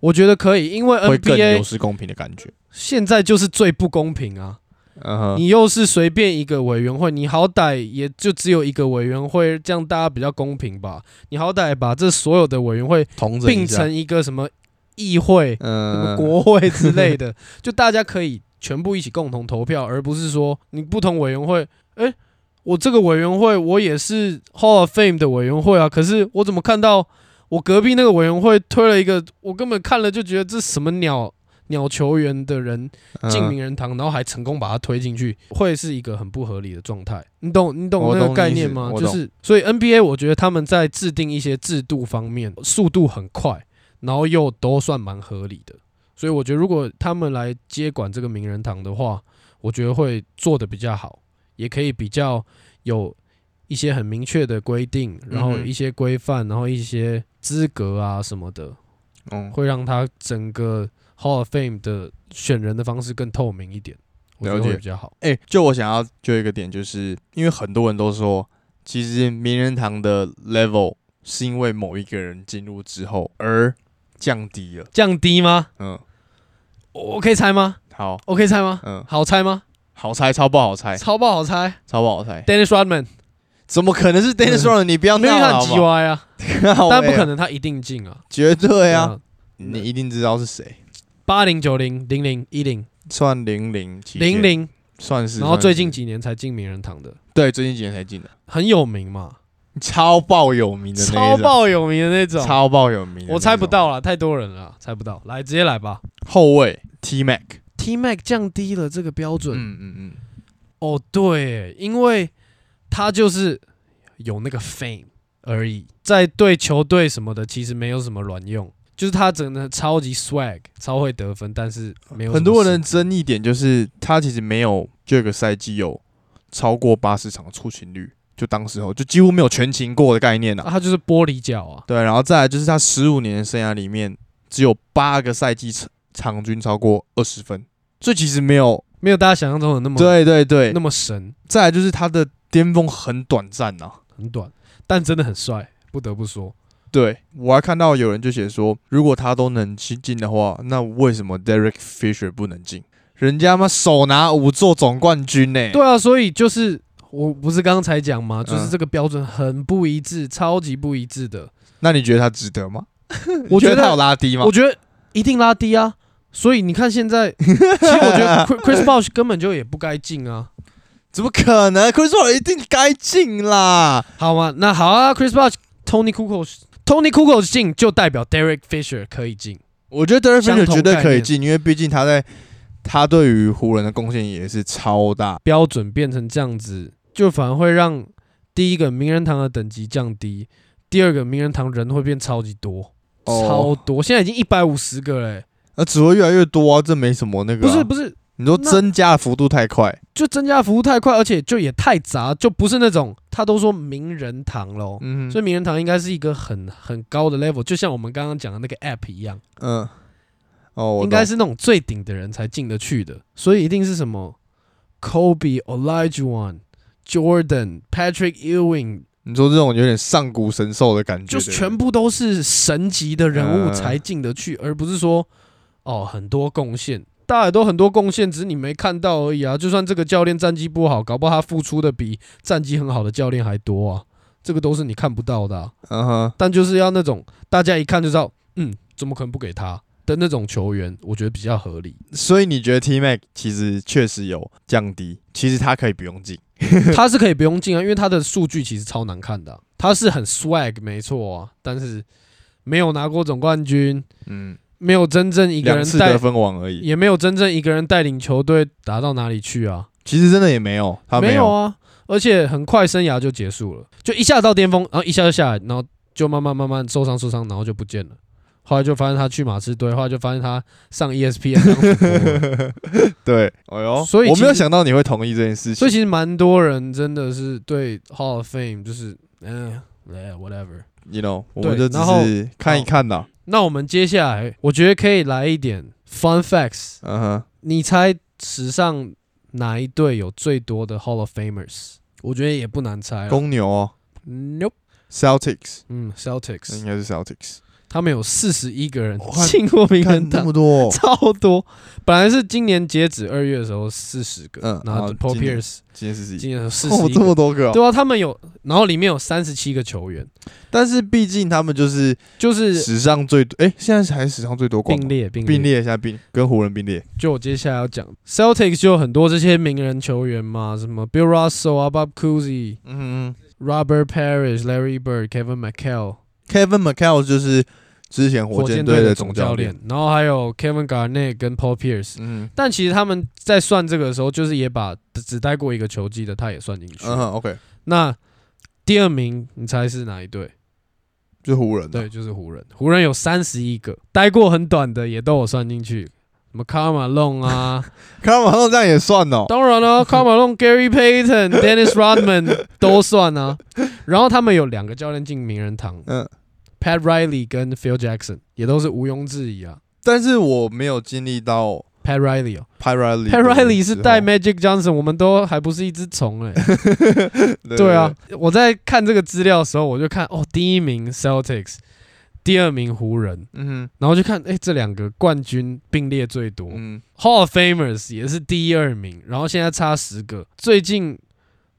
[SPEAKER 2] 我觉得可以，因为
[SPEAKER 1] 会更有
[SPEAKER 2] NBA
[SPEAKER 1] 失公平的感觉。
[SPEAKER 2] 现在就是最不公平啊！
[SPEAKER 1] 嗯哼，
[SPEAKER 2] 你又是随便一个委员会，你好歹也就只有一个委员会，这样大家比较公平吧？你好歹把这所有的委员会
[SPEAKER 1] 同整
[SPEAKER 2] 并
[SPEAKER 1] 一下
[SPEAKER 2] 成一个什么议会、什么
[SPEAKER 1] 嗯
[SPEAKER 2] 国会之类的， 就大家可以全部一起共同投票，而不是说你不同委员会，诶，我这个委员会我也是 Hall of Fame 的委员会啊，可是我怎么看到我隔壁那个委员会推了一个，我根本看了就觉得这什么鸟鸟球员的人
[SPEAKER 1] 嗯
[SPEAKER 2] 进名人堂，然后还成功把他推进去，会是一个很不合理的状态。你懂你懂
[SPEAKER 1] 我
[SPEAKER 2] 那个
[SPEAKER 1] 懂
[SPEAKER 2] 概
[SPEAKER 1] 你意
[SPEAKER 2] 念
[SPEAKER 1] 思
[SPEAKER 2] 吗？
[SPEAKER 1] 我
[SPEAKER 2] 就
[SPEAKER 1] 懂
[SPEAKER 2] 是所以 NBA 我觉得他们在制定一些制度方面速度很快，然后又都算蛮合理的。所以我觉得如果他们来接管这个名人堂的话，我觉得会做的比较好，也可以比较有一些很明确的规定，然后
[SPEAKER 1] 嗯哼
[SPEAKER 2] 一些规范，然后一些资格啊什么的，
[SPEAKER 1] 嗯，
[SPEAKER 2] 会让他整个 Hall of Fame 的选人的方式更透明一点，我觉得
[SPEAKER 1] 了解
[SPEAKER 2] 会比较好。
[SPEAKER 1] 哎、就我想要就一个点，就是因为很多人都说，其实名人堂的 level 是因为某一个人进入之后而降低了。
[SPEAKER 2] 降低吗？
[SPEAKER 1] 嗯，
[SPEAKER 2] 我可以猜吗？
[SPEAKER 1] 好，
[SPEAKER 2] 我可以猜吗？
[SPEAKER 1] 嗯，
[SPEAKER 2] 好猜吗？
[SPEAKER 1] 好猜，超不好猜，
[SPEAKER 2] 超不好猜
[SPEAKER 1] 超不好猜，
[SPEAKER 2] ，Dennis Rodman
[SPEAKER 1] 怎么可能是 Dennis Rodman？你不要
[SPEAKER 2] 嗯没有
[SPEAKER 1] 闹了
[SPEAKER 2] 他
[SPEAKER 1] 哦好不
[SPEAKER 2] 很 G
[SPEAKER 1] 好，欸
[SPEAKER 2] Y 啊，但不可，能他一定进啊。
[SPEAKER 1] 绝对啊，
[SPEAKER 2] 嗯，
[SPEAKER 1] 你一定知道是谁，
[SPEAKER 2] 八零九零零零一零
[SPEAKER 1] 算零零期间
[SPEAKER 2] 零零，
[SPEAKER 1] 算是，
[SPEAKER 2] 然后最近
[SPEAKER 1] 算是
[SPEAKER 2] 几年才进名人堂的，
[SPEAKER 1] 对最近几年才进的，
[SPEAKER 2] 很有名嘛，
[SPEAKER 1] 超爆有名的那
[SPEAKER 2] 超
[SPEAKER 1] 一种，
[SPEAKER 2] 爆有名的那种。
[SPEAKER 1] 超爆有名的那种，
[SPEAKER 2] 我猜不到啦，太多人了啦，猜不到。来，直接来吧。
[SPEAKER 1] 后卫 T Mac，
[SPEAKER 2] T Mac 降低了这个标准，
[SPEAKER 1] 嗯嗯嗯，
[SPEAKER 2] 哦，对，因为他就是有那个 fame 而已，在对球队什么的其实没有什么卵用，就是他真的超级 swag，超会得分，但是没有
[SPEAKER 1] 很多
[SPEAKER 2] 什么
[SPEAKER 1] 人争议点就是他其实没有这个赛季有超过八十场的出勤率，就当时候就几乎没有全勤过的概念
[SPEAKER 2] 事、
[SPEAKER 1] 啊。
[SPEAKER 2] 啊他就是玻璃脚啊，
[SPEAKER 1] 对，然后再来就是他十五年的生涯里面只有八个赛季场场均超过二十分，所以其实没有。
[SPEAKER 2] 没有大家想象中的那么
[SPEAKER 1] 对对对
[SPEAKER 2] 那，么神，
[SPEAKER 1] 再来就是他的巅峰很短暂啊。
[SPEAKER 2] 很短，但真的很帅，不得不说。
[SPEAKER 1] 对我还看到有人就写说，如果他都能进进的话，那为什么 Derek Fisher 不能进？人家嘛手拿五座总冠军呢、
[SPEAKER 2] 对啊，所以就是我不是刚才讲嘛，就是
[SPEAKER 1] 嗯
[SPEAKER 2] 这个标准很不一致，超级不一致的。
[SPEAKER 1] 那你觉得他值得吗？
[SPEAKER 2] 我觉
[SPEAKER 1] 你他
[SPEAKER 2] 得
[SPEAKER 1] 有拉低吗
[SPEAKER 2] 我？觉得一定拉低啊。所以你看现在，其实我觉 得 Chris- Chris Bosh 根本就也不该进啊。
[SPEAKER 1] 怎么可能？Chris Paul 一定该进啦！
[SPEAKER 2] 好吗？那好啊，Chris Bosh、Tony Kukoc、Tony Kukoc 进就代表 Derek Fisher 可以进。
[SPEAKER 1] 我觉得 Derek
[SPEAKER 2] 相
[SPEAKER 1] Fisher
[SPEAKER 2] 同
[SPEAKER 1] 绝对可以进，因为毕竟他在他对于湖人的贡献也是超大。
[SPEAKER 2] 标准变成这样子，就反而会让第一个名人堂的等级降低，第二个名人堂人会变超级多，超
[SPEAKER 1] 哦，
[SPEAKER 2] 多。现在已经一百五十个嘞、欸
[SPEAKER 1] 那只会越来越多啊，这没什么那个
[SPEAKER 2] 不
[SPEAKER 1] 啊、
[SPEAKER 2] 是不是，
[SPEAKER 1] 你说
[SPEAKER 2] 那
[SPEAKER 1] 增加的幅度太快，
[SPEAKER 2] 就增加的服务太快，而且就也太杂，就不是那种他都说名人堂喽。
[SPEAKER 1] 嗯
[SPEAKER 2] 所以名人堂应该是一个很很高的 level，就像我们刚刚讲的那个 app 一样，
[SPEAKER 1] 嗯，哦，我
[SPEAKER 2] 应该
[SPEAKER 1] 懂
[SPEAKER 2] 是那种最顶的人才进得去的，所以一定是什么 Kobe、Olajuwon、Jordan、Patrick Ewing，
[SPEAKER 1] 你说这种有点上古神兽的感觉，
[SPEAKER 2] 就是
[SPEAKER 1] 对不对
[SPEAKER 2] 全部都是神级的人物
[SPEAKER 1] 嗯
[SPEAKER 2] 才进得去，而不是说哦很多贡献。大家也都很多贡献，只是你没看到而已啊！就算这个教练战绩不好，搞不好他付出的比战绩很好的教练还多啊！这个都是你看不到的啊、
[SPEAKER 1] 嗯哼，
[SPEAKER 2] 但就是要那种大家一看就知道，嗯，怎么可能不给他的那种球员，我觉得比较合理。
[SPEAKER 1] 所以你觉得 T Mac 其实确实有降低，其实他可以不用进，
[SPEAKER 2] 他是可以不用进啊，因为他的数据其实超难看的啊、他是很 swag 没错啊，但是没有拿过总冠军，
[SPEAKER 1] 嗯，
[SPEAKER 2] 没有真正一个
[SPEAKER 1] 两
[SPEAKER 2] 人
[SPEAKER 1] 次
[SPEAKER 2] 带
[SPEAKER 1] 得，分王而已。
[SPEAKER 2] 也没有真正一个人带领球队打到哪里去啊，
[SPEAKER 1] 其实真的也没有，他
[SPEAKER 2] 没
[SPEAKER 1] 有，
[SPEAKER 2] 啊，而且很快生涯就结束了，就一下到巅峰，然后一下就下来，然后就慢慢慢慢受伤受伤，然后就不见了。后来就发现他去马刺队，后来就发现他上 E ESPN 当主 播了
[SPEAKER 1] 对，哎呦，
[SPEAKER 2] 所以
[SPEAKER 1] 我
[SPEAKER 2] 其
[SPEAKER 1] 没有
[SPEAKER 2] 实
[SPEAKER 1] 想到你会同意这件事
[SPEAKER 2] 所以
[SPEAKER 1] 情。
[SPEAKER 2] 其实蛮多人真的是对 Hall of Fame 就是嗯、哎 whatever。
[SPEAKER 1] You know，我
[SPEAKER 2] 对
[SPEAKER 1] 们就只
[SPEAKER 2] 然后
[SPEAKER 1] 是看一看啦。
[SPEAKER 2] 那我们接下来我觉得可以来一点 Fun Facts，
[SPEAKER 1] 嗯哼，
[SPEAKER 2] 你猜史上哪一队有最多的 Hall of Famers？我觉得也不难猜了。
[SPEAKER 1] 公牛哦
[SPEAKER 2] Nope，
[SPEAKER 1] ，Celtics
[SPEAKER 2] 嗯，Celtics，
[SPEAKER 1] 应该是 Celtics，
[SPEAKER 2] 他们有四十一个人
[SPEAKER 1] 我看
[SPEAKER 2] 进过名人
[SPEAKER 1] 看那
[SPEAKER 2] 堂
[SPEAKER 1] 么，多哦，
[SPEAKER 2] 超多。本来是今年截止二月的时候四十个，
[SPEAKER 1] 嗯
[SPEAKER 2] 然后
[SPEAKER 1] 好
[SPEAKER 2] Paul
[SPEAKER 1] 今年
[SPEAKER 2] Pierce
[SPEAKER 1] 今天是
[SPEAKER 2] 今年有四 十
[SPEAKER 1] 哦，
[SPEAKER 2] 一
[SPEAKER 1] 这么
[SPEAKER 2] 个，
[SPEAKER 1] 多个哦。
[SPEAKER 2] 对啊，他们有，然后里面有三十七个球员，
[SPEAKER 1] 但是毕竟他们就是
[SPEAKER 2] 就是
[SPEAKER 1] 史上最多，哎，现在是还是史上最多冠
[SPEAKER 2] 并
[SPEAKER 1] 吗
[SPEAKER 2] 列并
[SPEAKER 1] 并。列，现在并跟湖人并列。
[SPEAKER 2] 就我接下来要讲，Celtics 就有很多这些名人球员嘛，什么 Bill Russell 啊、Bob Cousy、
[SPEAKER 1] 嗯哼
[SPEAKER 2] Robert Parrish、Larry Bird、Kevin McHale、
[SPEAKER 1] ，Kevin McHale 就是之前火箭队
[SPEAKER 2] 的
[SPEAKER 1] 的
[SPEAKER 2] 总
[SPEAKER 1] 总
[SPEAKER 2] 教
[SPEAKER 1] 教
[SPEAKER 2] 练
[SPEAKER 1] 练。，
[SPEAKER 2] 然后还有 Kevin Garnett 跟 Paul Pierce。
[SPEAKER 1] 嗯
[SPEAKER 2] 但其实他们在算这个的时候，就是也把只待过一个球季的他也算进去。
[SPEAKER 1] 嗯哼，OK，
[SPEAKER 2] 那第二名，你猜是哪一队？
[SPEAKER 1] 就湖人的。啊
[SPEAKER 2] 对，就是湖人。湖人有三十一个，待过很短的也都有算进去，什么卡马隆啊，
[SPEAKER 1] 看马上这样也算哦。
[SPEAKER 2] 当然了、卡马隆、Gary Payton、Dennis Rodman 都算啊。然后他们有两个教练进名人堂
[SPEAKER 1] 嗯，
[SPEAKER 2] ，Pat Riley 跟 Phil Jackson 也都是毋庸置疑啊。
[SPEAKER 1] 但是我没有经历到
[SPEAKER 2] Pat Riley 哦
[SPEAKER 1] Pat Riley
[SPEAKER 2] ，Pat
[SPEAKER 1] 的
[SPEAKER 2] Riley 是
[SPEAKER 1] 时候
[SPEAKER 2] 带 Magic Johnson，我们都还不是一只虫哎、
[SPEAKER 1] 对
[SPEAKER 2] 对啊，，我在看这个资料的时候，我就看哦，第一名 Celtics，第二名湖人，
[SPEAKER 1] 嗯
[SPEAKER 2] 然后就看哎、诶这两个冠军并列最多、
[SPEAKER 1] 哼嗯，
[SPEAKER 2] h a l l of Famers 也是第二名，然后现在差十个。最近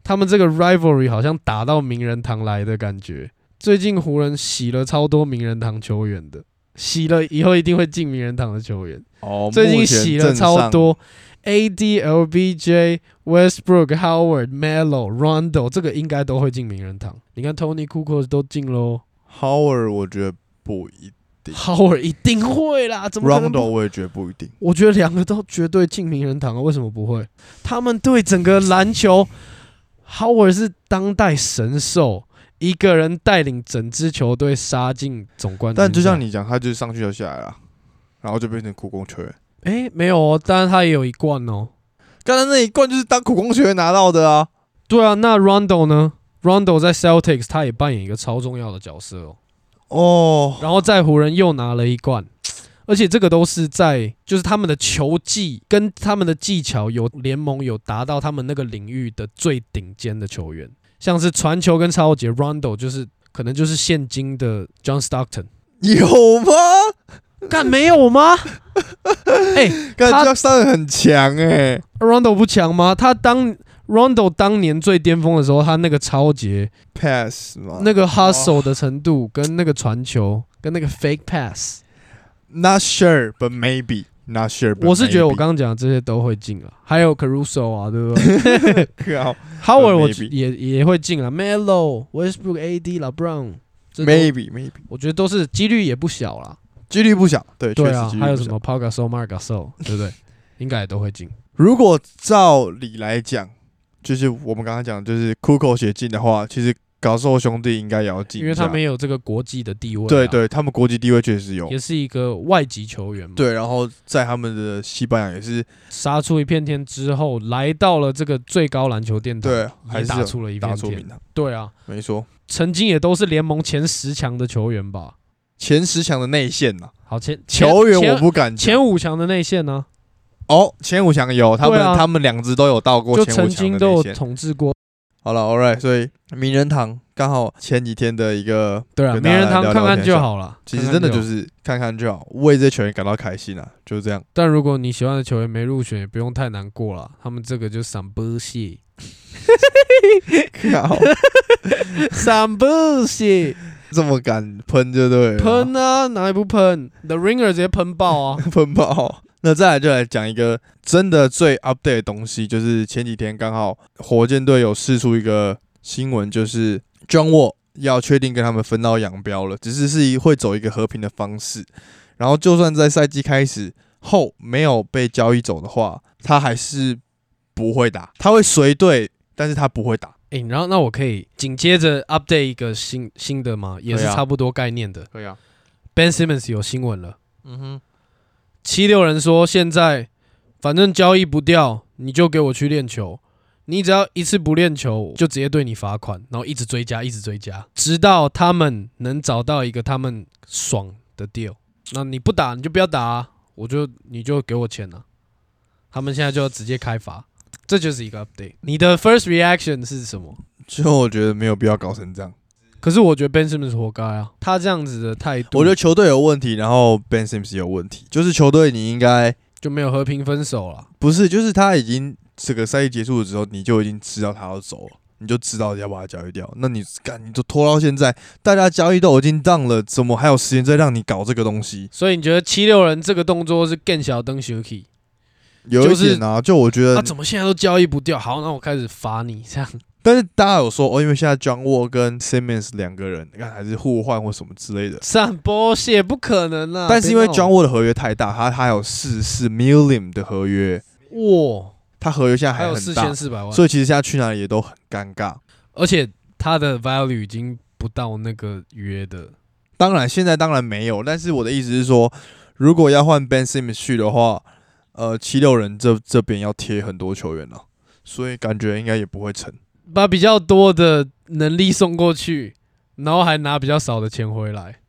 [SPEAKER 2] 他们这个 rivalry 好像打到名人堂来的感觉。最近湖人洗了超多名人堂球员的，洗了以后一定会进名人堂的球员。
[SPEAKER 1] 哦，
[SPEAKER 2] 最近
[SPEAKER 1] 目前
[SPEAKER 2] 洗了
[SPEAKER 1] 正
[SPEAKER 2] 超
[SPEAKER 1] 上，
[SPEAKER 2] 多，AD、LBJ、Westbrook、Howard、Melo、Rondo，这个应该都会进名人堂。你看 Tony k u k o 都进喽
[SPEAKER 1] Howard 我觉得不一定
[SPEAKER 2] ，Howard 一定会啦，怎么可能不
[SPEAKER 1] ，Rondo 我也觉得不一定。
[SPEAKER 2] 我觉得两个都绝对进名人堂啊，为 什么不会？他们对整个篮球，Howard 是当代神兽，一个人带领整支球队杀进总冠军赛。
[SPEAKER 1] 但就像你讲，他就是上去就下来了，然后就变成苦工球员。
[SPEAKER 2] 诶，没有哦，当然他也有一冠哦。
[SPEAKER 1] 刚才那一冠就是当苦工球员拿到的啊。
[SPEAKER 2] 对啊，那 Rondo 呢？Rondo 在 Celtics 他也扮演一个超重要的角色哦，
[SPEAKER 1] 哦，
[SPEAKER 2] 然后在湖人又拿了一冠，而且这个都是在就是他们的球技跟他们的技巧有联盟有达到他们那个领域的最顶尖的球员，像是传球跟超级 Rondo 就是可能就是现今的 John Stockton，
[SPEAKER 1] 有吗？
[SPEAKER 2] 干没有吗？哎、
[SPEAKER 1] 感
[SPEAKER 2] 他
[SPEAKER 1] 觉上很强哎。
[SPEAKER 2] r o n d o 不强吗？他当 Rondo 当年最巅峰的时候，他那个超节
[SPEAKER 1] Pass 吗？
[SPEAKER 2] 那个 hustle 的程度，跟那个传球，跟那个 fake pass，
[SPEAKER 1] Not sure, but maybe. Not sure. but
[SPEAKER 2] 我是觉得我
[SPEAKER 1] maybe
[SPEAKER 2] 刚刚讲的这些都会进啊，还有 Caruso 啊，对不对
[SPEAKER 1] 靠
[SPEAKER 2] ？Howard 我
[SPEAKER 1] maybe
[SPEAKER 2] 也也会进啊，Melo、Westbrook、AD、LeBron，这都
[SPEAKER 1] maybe maybe
[SPEAKER 2] 我觉得都是几率也不小啦。
[SPEAKER 1] 几率不小，对，确
[SPEAKER 2] 对
[SPEAKER 1] 实
[SPEAKER 2] 啊
[SPEAKER 1] 几，率
[SPEAKER 2] 还有
[SPEAKER 1] 不
[SPEAKER 2] 什
[SPEAKER 1] 小
[SPEAKER 2] 么 Paul Gasol、Marc Gasol，对不对？应该也都会进。
[SPEAKER 1] 如果照理来讲，就是我们刚刚讲，就是酷狗写进的话，其实搞兽兄弟应该也要进一
[SPEAKER 2] 因
[SPEAKER 1] 下，
[SPEAKER 2] 为他们也有这个国际的地位、啊，
[SPEAKER 1] 对，对，他们国际地位确实有
[SPEAKER 2] 也，是一个外籍球员嘛，，
[SPEAKER 1] 对，然后在他们的西班牙也是
[SPEAKER 2] 杀出一片天之后，来到了这个最高篮球殿堂，
[SPEAKER 1] 对，
[SPEAKER 2] 也
[SPEAKER 1] 还是
[SPEAKER 2] 打
[SPEAKER 1] 有
[SPEAKER 2] 出了一
[SPEAKER 1] 打
[SPEAKER 2] 片
[SPEAKER 1] 出
[SPEAKER 2] 天
[SPEAKER 1] 名，堂，
[SPEAKER 2] 对啊，
[SPEAKER 1] 没错，
[SPEAKER 2] 曾经也都是联盟前十强的球员吧？
[SPEAKER 1] 前十强的内线呐，
[SPEAKER 2] 好，前前
[SPEAKER 1] 球员
[SPEAKER 2] 前
[SPEAKER 1] 我不敢讲
[SPEAKER 2] 前五强的内线呢、
[SPEAKER 1] 哦，前五强有他们，
[SPEAKER 2] 对啊
[SPEAKER 1] 他们两支都有到过
[SPEAKER 2] 就
[SPEAKER 1] 前
[SPEAKER 2] 曾
[SPEAKER 1] 五强
[SPEAKER 2] 经
[SPEAKER 1] 的
[SPEAKER 2] 都
[SPEAKER 1] 内
[SPEAKER 2] 有
[SPEAKER 1] 线。
[SPEAKER 2] 统治过。
[SPEAKER 1] 好了，All right，所以名人堂刚好前几天的一个
[SPEAKER 2] 对啊，
[SPEAKER 1] 跟大
[SPEAKER 2] 名
[SPEAKER 1] 家
[SPEAKER 2] 人堂
[SPEAKER 1] 聊聊
[SPEAKER 2] 看看
[SPEAKER 1] 天
[SPEAKER 2] 就
[SPEAKER 1] 下
[SPEAKER 2] 好了。
[SPEAKER 1] 其
[SPEAKER 2] 看
[SPEAKER 1] 实
[SPEAKER 2] 看
[SPEAKER 1] 真的
[SPEAKER 2] 就
[SPEAKER 1] 就
[SPEAKER 2] 好，
[SPEAKER 1] 是看看就好，为这球员感到开心啊，就是 这样。
[SPEAKER 2] 但如果你喜欢的球员没入选，也不用太难过了。他们这个就 some bullshit，
[SPEAKER 1] 靠
[SPEAKER 2] some bullshit，
[SPEAKER 1] 这么敢喷就对了，
[SPEAKER 2] 喷啊，哪里不喷？The Ringer 直接喷爆啊！
[SPEAKER 1] 喷爆。那再来就来讲一个真的最 update 的东西，就是前几天刚好火箭队有释出一个新闻，就是 John Wall 要确定跟他们分道扬镳了，只是是一会走一个和平的方式。然后就算在赛季开始后没有被交易走的话，他还是不会打，他会随队，但是他不会打。
[SPEAKER 2] 哎、然后那我可以紧接着 update 一个新新的吗？也是
[SPEAKER 3] 可以啊
[SPEAKER 2] 差不多概念的。
[SPEAKER 3] 可以啊，
[SPEAKER 2] Ben Simmons 有新闻了，
[SPEAKER 3] 嗯哼，
[SPEAKER 2] 七六人说现在反正交易不掉，你就给我去练球。你只要一次不练球，就直接对你罚款，然后一直追加，一直追加，直到他们能找到一个他们爽的 deal。那你不打，你就不要打、啊，我就你就给我钱啊。他们现在就要直接开罚，这就是一个 update。你的 first reaction 是什么？
[SPEAKER 1] 就我觉得没有必要搞成这样。
[SPEAKER 2] 可是我觉得 Ben Simmons 活该啊，他这样子的态度，
[SPEAKER 1] 我觉得球队有问题，然后 Ben Simmons 也有问题，就是球队你应该
[SPEAKER 2] 就没有和平分手了。
[SPEAKER 1] 不是，就是他已经这个赛季结束的时候，你就已经知道他要走了，你就知道要把他交易掉。那你干，你就拖到现在，大家交易都已经 down 了，怎么还有时间再让你搞这个东西？
[SPEAKER 2] 所以你觉得七六人这个动作是更小灯 Shuki？
[SPEAKER 1] 有一点啊，就我觉
[SPEAKER 2] 他、
[SPEAKER 1] 得，
[SPEAKER 2] 啊、怎么现在都交易不掉？好，那我开始罚你这样。
[SPEAKER 1] 但是大家有说哦，因为现在 John Wall 跟 Simmons 两个人，看还是互换或什么之类的。
[SPEAKER 2] 散播谢不可能啊！
[SPEAKER 1] 但是因为
[SPEAKER 2] 别闹
[SPEAKER 1] John Wall 的合约太大，他他还有四四 million 的合约，
[SPEAKER 2] 哇，
[SPEAKER 1] 他合约现在
[SPEAKER 2] 还有四
[SPEAKER 1] 哎很
[SPEAKER 2] 千
[SPEAKER 1] 大，
[SPEAKER 2] 四百万，
[SPEAKER 1] 所以其实现在去哪里也都很尴尬。
[SPEAKER 2] 而且他的 value 已经不到那个约的。
[SPEAKER 1] 当然，现在当然没有，但是我的意思是说，如果要换 Ben Simmons 去的话，呃，七六人这这边要贴很多球员了，啊所以感觉应该也不会成。
[SPEAKER 2] 把比较多的能力送过去，然后还拿比较少的钱回来。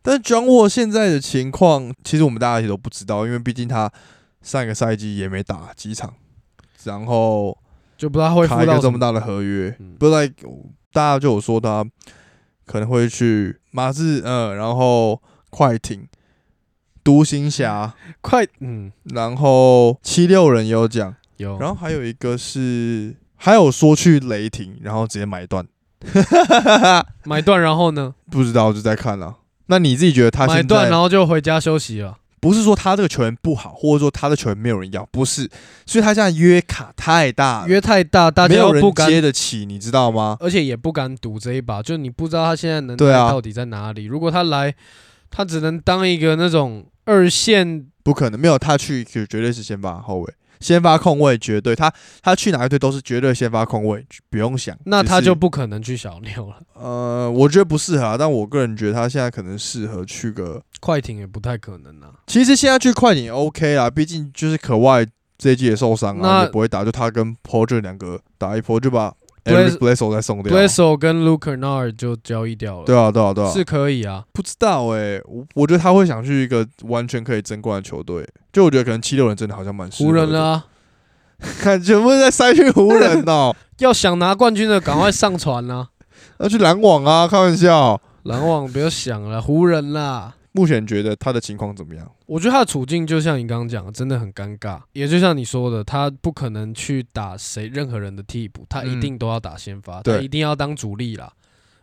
[SPEAKER 1] 但是 John Wall 现在的情况，其实我们大家也都不知道，因为毕竟他上一个赛季也没打几场，然后
[SPEAKER 2] 就不知道会
[SPEAKER 1] 开
[SPEAKER 2] 付
[SPEAKER 1] 一个
[SPEAKER 2] 到
[SPEAKER 1] 这
[SPEAKER 2] 什
[SPEAKER 1] 么
[SPEAKER 2] 么。
[SPEAKER 1] 大的合约，
[SPEAKER 2] 嗯
[SPEAKER 1] 不来大家就有说他可能会去马刺，嗯、然后快艇、独行侠，
[SPEAKER 2] 快，嗯，
[SPEAKER 1] 然后七六人也有讲。
[SPEAKER 2] 有。
[SPEAKER 1] 然后还有一个是，还有说去雷霆，然后直接买断，
[SPEAKER 2] 买断，然后呢？
[SPEAKER 1] 不知道就在看了。那你自己觉得他
[SPEAKER 2] 买
[SPEAKER 1] 现
[SPEAKER 2] 断，然
[SPEAKER 1] 在
[SPEAKER 2] 后就回家休息了。
[SPEAKER 1] 不是说他这个球员不好，或者说他的球员没有人要，不是，所以他现在约卡太大了，
[SPEAKER 2] 约太大，大家
[SPEAKER 1] 没有
[SPEAKER 2] 又
[SPEAKER 1] 人
[SPEAKER 2] 不敢
[SPEAKER 1] 接得起，你知道吗？
[SPEAKER 2] 而且也不敢赌这一把，就你不知道他现在能
[SPEAKER 1] 对
[SPEAKER 2] 耐
[SPEAKER 1] 啊
[SPEAKER 2] 到底在哪里。如果他来，他只能当一个那种二线，
[SPEAKER 1] 不可能，没有他去就绝对是先发后卫，先发控卫绝对，他他去哪个队都是绝对先发控卫，不用想。
[SPEAKER 2] 那他
[SPEAKER 1] 只是
[SPEAKER 2] 就不可能去小牛了。
[SPEAKER 1] 呃，我觉得不适合、啊，但我个人觉得他现在可能适合去个
[SPEAKER 2] 快艇也不太可能啊。
[SPEAKER 1] 其实现在去快艇也 OK 啦，毕竟就是可外这一季也受伤啊，
[SPEAKER 2] 那
[SPEAKER 1] 也不会打，就他跟 p o r t e r 两个打一波就把 e r i
[SPEAKER 2] Blas-
[SPEAKER 1] c Bledsoe 再送
[SPEAKER 2] b
[SPEAKER 1] 掉
[SPEAKER 2] l。e s o 跟 l u k e r n a r 就交易掉了，
[SPEAKER 1] 啊对啊，对啊，对啊，
[SPEAKER 2] 是可以啊。
[SPEAKER 1] 不知道哎、我我觉得他会想去一个完全可以争冠的球队，就我觉得可能七六人真的好像蛮适合
[SPEAKER 2] 湖
[SPEAKER 1] 的
[SPEAKER 2] 人，啊，
[SPEAKER 1] 看全部在筛选湖人 哦、
[SPEAKER 2] 要想拿冠军的赶快上船啊！
[SPEAKER 1] 要去篮网啊，开玩笑。
[SPEAKER 2] 篮网不要想了，湖人啊啦。
[SPEAKER 1] 目前觉得他的情况怎么样？
[SPEAKER 2] 我觉得他的处境就像你刚刚讲，的，真的很尴尬。也就像你说的，他不可能去打谁任何人的替补，他一
[SPEAKER 1] 嗯
[SPEAKER 2] 定都要打先发，
[SPEAKER 1] 对
[SPEAKER 2] 他一定要当主力啦。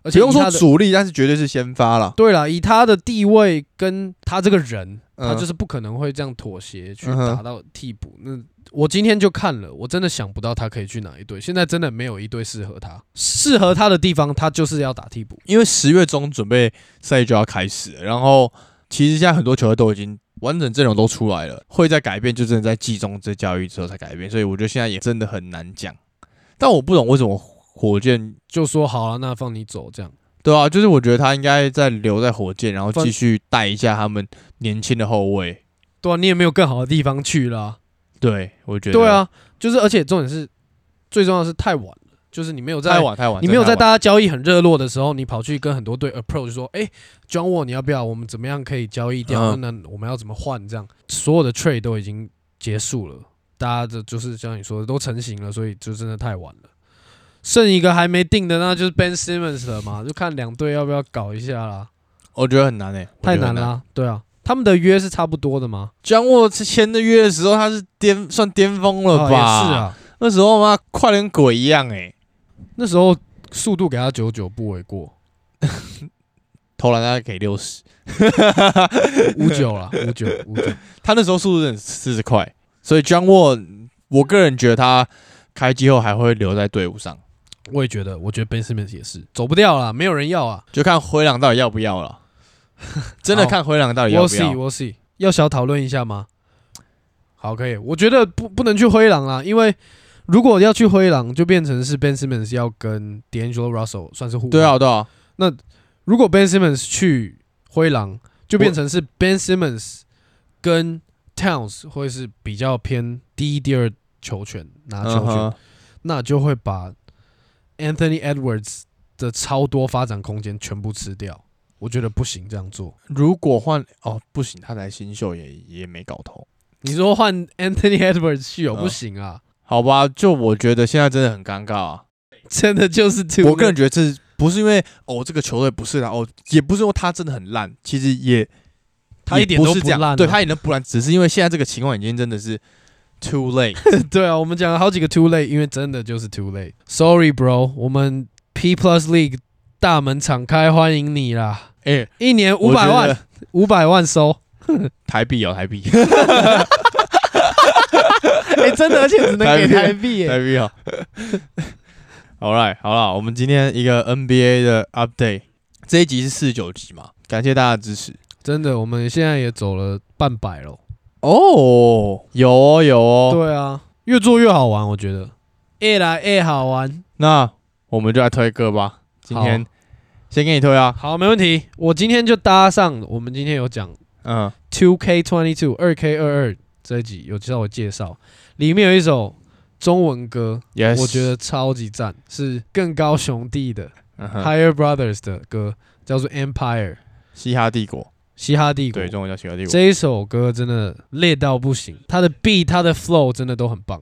[SPEAKER 2] 而
[SPEAKER 1] 不
[SPEAKER 2] 且
[SPEAKER 1] 用
[SPEAKER 2] 以
[SPEAKER 1] 说
[SPEAKER 2] 他的
[SPEAKER 1] 主力，但是绝对是先发啦。
[SPEAKER 2] 对啦，以他的地位跟他这个人，
[SPEAKER 1] 嗯
[SPEAKER 2] 他就是不可能会这样妥协去
[SPEAKER 1] 嗯哼
[SPEAKER 2] 打到替补。那我今天就看了，我真的想不到他可以去哪一队。现在真的没有一队适合他，适合他的地方，他就是要打替补。
[SPEAKER 1] 因为十月中准备赛季就要开始了，然后其实现在很多球队都已经完整阵容都出来了，会在改变，就真的在季中这交易之后才改变，所以我觉得现在也真的很难讲。但我不懂为什么火箭，
[SPEAKER 2] 就说好啊了，那放你走这样。
[SPEAKER 1] 对啊，就是我觉得他应该在留在火箭，然后
[SPEAKER 2] 反
[SPEAKER 1] 继续带一下他们年轻的后卫。
[SPEAKER 2] 对啊，你也没有更好的地方去啦、
[SPEAKER 1] 对，我觉得
[SPEAKER 2] 对，啊，就是而且重点是，最重要的是太晚了，就是你没有在
[SPEAKER 1] 太晚太晚，
[SPEAKER 2] 你没有在
[SPEAKER 1] 真的太晚
[SPEAKER 2] 大家交易很热络的时候，你跑去跟很多队 approach 说，哎、j o h n Wall 你要不要？我们怎么样可以交易掉？
[SPEAKER 1] 嗯
[SPEAKER 2] 那我们要怎么换？这样所有的 trade 都已经结束了，大家的就是像你说的都成型了，所以就真的太晚了。剩一个还没定的，那就是 Ben Simmons 了嘛，就看两队要不要搞一下啦。
[SPEAKER 1] 我觉得很难诶、我觉
[SPEAKER 2] 太
[SPEAKER 1] 得
[SPEAKER 2] 难
[SPEAKER 1] 很
[SPEAKER 2] 啦、。对啊，他们的约是差不多的吗？
[SPEAKER 1] 江沃签的约的时候，他是巅算巅峰了吧？
[SPEAKER 2] 啊也是，啊，
[SPEAKER 1] 那时候妈快得跟鬼一样诶、欸
[SPEAKER 2] 那时候速度给他九九不为过。
[SPEAKER 1] 投篮大概给六十，
[SPEAKER 2] 五九啦，五九五九，
[SPEAKER 1] 他那时候速度真四十块，所以 John Wall，我个人觉得他开机后还会留在队伍上，
[SPEAKER 2] 我也觉得，我觉得 Ben Simmons 也是走不掉啦，没有人要啊。
[SPEAKER 1] 就看灰狼到底要不要了。真的看灰狼到底啊要
[SPEAKER 2] 我
[SPEAKER 1] 不
[SPEAKER 2] see
[SPEAKER 1] 要？
[SPEAKER 2] 我 see，要小讨论一下吗？好，可以。我觉得不不能去灰狼啦，因为如果要去灰狼，就变成是 Ben Simmons 要跟 D'Angelo Russell 算是互换
[SPEAKER 1] 对啊，。对啊，
[SPEAKER 2] 如果 Ben Simmons 去灰狼，就变成是 Ben Simmons 跟 Towns 会是比较偏第一、第二球权拿球
[SPEAKER 1] 嗯
[SPEAKER 2] 权，
[SPEAKER 1] 哼，
[SPEAKER 2] 那就会把 Anthony Edwards 的超多发展空间全部吃掉。我觉得不行，这样做。
[SPEAKER 1] 如果换哦不行，他来新秀也也没搞头。
[SPEAKER 2] 你说换 Anthony Edwards 去有
[SPEAKER 1] 嗯
[SPEAKER 2] 不行啊？
[SPEAKER 1] 好吧，就我觉得现在真的很尴尬啊。
[SPEAKER 2] 真的就是 t
[SPEAKER 1] 我个人觉得这不是因为哦这个球队不是啦，哦也不是说他真的很烂，其实也
[SPEAKER 2] 他一点都
[SPEAKER 1] 也不是这
[SPEAKER 2] 不烂啊
[SPEAKER 1] 样，对他也能不烂，只是因为现在这个情况已经真的是 too late。
[SPEAKER 2] 对啊，我们讲了好几个 too late，因为真的就是 too late。Sorry bro，我们 P Plus League 大门敞开欢迎你啦！
[SPEAKER 1] 哎、
[SPEAKER 2] 一年五
[SPEAKER 1] 我觉
[SPEAKER 2] 百
[SPEAKER 1] 得
[SPEAKER 2] 万，五百万收。
[SPEAKER 1] 台币哦，台币，
[SPEAKER 2] 哎、真的，而且只能给台币耶、
[SPEAKER 1] 台币哦。 好 l right，好了，我们今天一个 NBA 的 update，这一集是四十九集嘛，感谢大家的支持。
[SPEAKER 2] 真的，我们现在也走了半百了。
[SPEAKER 1] 哦，有哦，有哦。
[SPEAKER 2] 对啊，越做越好玩，我觉得。越来越好玩。
[SPEAKER 1] 那我们就来推歌吧。今天先给你推啊，
[SPEAKER 2] 好，没问题。我今天就搭上我们今天有讲
[SPEAKER 1] 嗯，
[SPEAKER 2] Two K Twenty Two 二 K 二二这一集有稍微介绍，里面有一首中文歌，
[SPEAKER 1] 也
[SPEAKER 2] 我觉得超级赞，是更高雄弟的、
[SPEAKER 1] 嗯哼
[SPEAKER 2] Higher Brothers 的歌，叫做 Empire
[SPEAKER 1] 嘻哈帝国，
[SPEAKER 2] 嘻哈帝国
[SPEAKER 1] 对，。中文叫嘻哈帝国。
[SPEAKER 2] 这一首歌真的烈到不行，它的 beat、它的 flow 真的都很棒，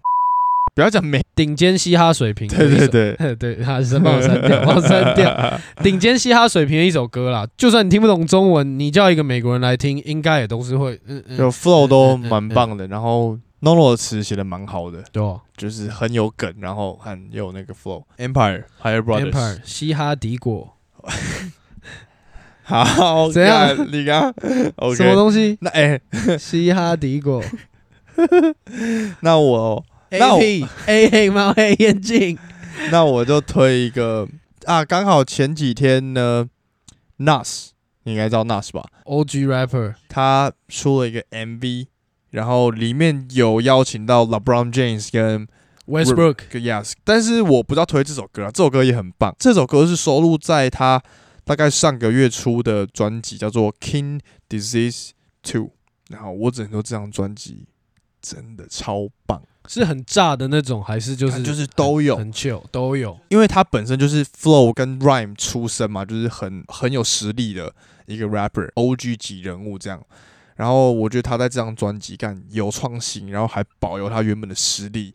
[SPEAKER 1] 不要讲美，
[SPEAKER 2] 顶尖嘻哈水平的
[SPEAKER 1] 对
[SPEAKER 2] 一首。
[SPEAKER 1] 对 对，
[SPEAKER 2] 对，他是帮我删掉，帮我删掉。顶尖嘻哈水平的一首歌啦，就算你听不懂中文，你叫一个美国人来听，应该也都是会，嗯嗯，
[SPEAKER 1] 就 flow 都蛮棒的，然后 Nono 的词写的蛮好的，
[SPEAKER 2] 对吧
[SPEAKER 1] 就是很有梗，然后很有那个 flow。Empire Higher Brothers，
[SPEAKER 2] Empire 嘻哈敌国
[SPEAKER 1] 好，
[SPEAKER 2] 怎样
[SPEAKER 1] 干？你刚 OK？？
[SPEAKER 2] 什么东西
[SPEAKER 1] 那哎、
[SPEAKER 2] 嘻哈敌国
[SPEAKER 1] 那我 那
[SPEAKER 2] A
[SPEAKER 1] 我
[SPEAKER 2] P A 黑猫黑眼镜，
[SPEAKER 1] 那我就推一个啊，刚好前几天呢，Nas，你应该知道 Nas 吧？
[SPEAKER 2] OG rapper
[SPEAKER 1] 他出了一个 MV，然后里面有邀请到 LeBron James 跟
[SPEAKER 2] Westbrook
[SPEAKER 1] Yes，但是我不知道推这首歌啊，这首歌也很棒。这首歌是收录在他大概上个月出的专辑，叫做《King Disease Two》。然后我只能说这张专辑真的超棒，
[SPEAKER 2] 是很炸的那种，还是就是
[SPEAKER 1] 看就是都有
[SPEAKER 2] 很 chill 都有，
[SPEAKER 1] 因为他本身就是 flow 跟 rhyme 出身嘛，就是很很有实力的一个 rapper，OG 级人物这样。然后我觉得他在这张专辑干有创新，然后还保留他原本的实力，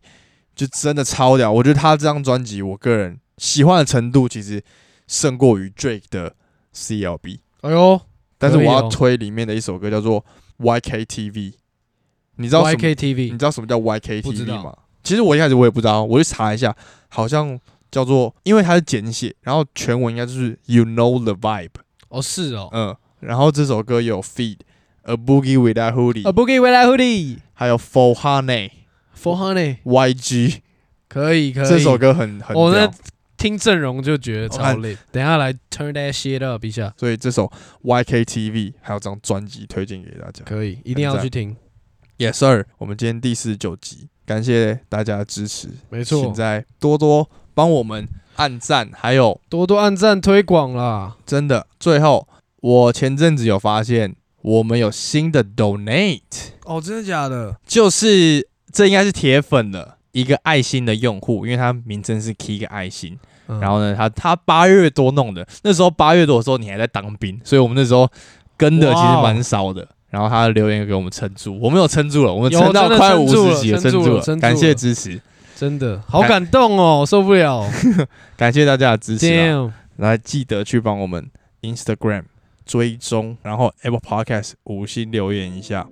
[SPEAKER 1] 就真的超屌。我觉得他这张专辑，我个人喜欢的程度其实胜过于 Drake 的 CLB。
[SPEAKER 2] 哎呦
[SPEAKER 1] 但是我
[SPEAKER 2] 可以
[SPEAKER 1] 要
[SPEAKER 2] 哦
[SPEAKER 1] 推里面的一首歌叫做 YKTV，你知道什么嗯
[SPEAKER 2] YKTV
[SPEAKER 1] 你知道什么叫
[SPEAKER 2] 不知
[SPEAKER 1] YKTV
[SPEAKER 2] 道
[SPEAKER 1] 吗？其实我一开始我也不知道，我去查一下，好像叫做，因为它是简写，然后全文应该就是 You Know the Vibe，
[SPEAKER 2] 哦是哦
[SPEAKER 1] 嗯，然后这首歌有 Feed、A Boogie Without
[SPEAKER 2] ，A
[SPEAKER 1] Hoodie，
[SPEAKER 2] 哦 Boogie Without Hoodie
[SPEAKER 1] 还有 For Honey、
[SPEAKER 2] For Honey
[SPEAKER 1] YG，
[SPEAKER 2] 可以可以，
[SPEAKER 1] 这首歌很很
[SPEAKER 2] 哦那
[SPEAKER 1] 屌，
[SPEAKER 2] 听阵容就觉得
[SPEAKER 1] 我
[SPEAKER 2] 超
[SPEAKER 1] 看
[SPEAKER 2] 累，等一下来 turn that shit up 一下，
[SPEAKER 1] 所以这首 YKTV 还有这张专辑推荐给大家。
[SPEAKER 2] 可以一定要去听，
[SPEAKER 1] Yes sir，我们今天第四十九集，感谢大家的支持，
[SPEAKER 2] 没
[SPEAKER 1] 请
[SPEAKER 2] 错，
[SPEAKER 1] 再多多帮我们按赞，还有
[SPEAKER 2] 多多按赞推广啦，
[SPEAKER 1] 真的。最后，我前阵子有发现，我们有新的 donate，
[SPEAKER 2] 哦真的假的？
[SPEAKER 1] 就是这应该是铁粉了。一个爱心的用户，因为他名称是 K 一个爱心，
[SPEAKER 2] 嗯
[SPEAKER 1] 然后呢，他他八月多弄的，那时候八月多的时候你还在当兵，所以我们那时候跟的其
[SPEAKER 2] 哇
[SPEAKER 1] 实
[SPEAKER 2] 哦
[SPEAKER 1] 蛮少的。然后他的留言给我们撑住，我们有撑住了，我们
[SPEAKER 2] 有
[SPEAKER 1] 撑到
[SPEAKER 2] 真的
[SPEAKER 1] 快
[SPEAKER 2] 撑
[SPEAKER 1] 五
[SPEAKER 2] 住
[SPEAKER 1] 十
[SPEAKER 2] 了
[SPEAKER 1] 集
[SPEAKER 2] 撑
[SPEAKER 1] 撑
[SPEAKER 2] 住
[SPEAKER 1] 住
[SPEAKER 2] 了撑
[SPEAKER 1] 了，
[SPEAKER 2] 住
[SPEAKER 1] 感
[SPEAKER 2] 了
[SPEAKER 1] 谢支持，
[SPEAKER 2] 真的好
[SPEAKER 1] 感
[SPEAKER 2] 感动哦，受不 了
[SPEAKER 1] 感谢大家的支持啊。
[SPEAKER 2] ，damn。
[SPEAKER 1] 来记得去帮我们 Instagram 追踪，然后 Apple Podcast 五星留言一下，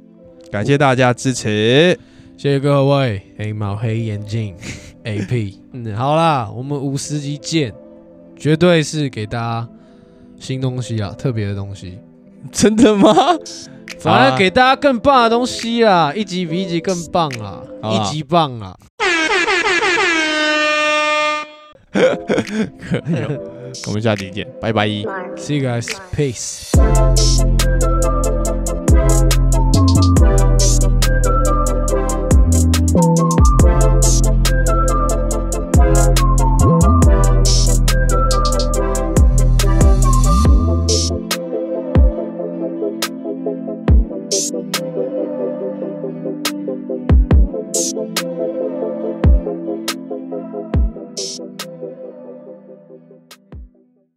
[SPEAKER 1] 感谢大家支持。
[SPEAKER 2] 谢谢各位，黑猫黑眼镜 AP，嗯，好啦，我们五十集见，绝对是给大家新东西啊，特别的东西，
[SPEAKER 1] 真的吗？ 啊
[SPEAKER 2] 反正给大家更棒的东西啦，一集比一集更棒啦，
[SPEAKER 1] 好啦
[SPEAKER 2] 一集棒啊，
[SPEAKER 1] 可以哦
[SPEAKER 3] 我们下集见，拜拜。
[SPEAKER 4] Mark.
[SPEAKER 2] See you guys. Peace.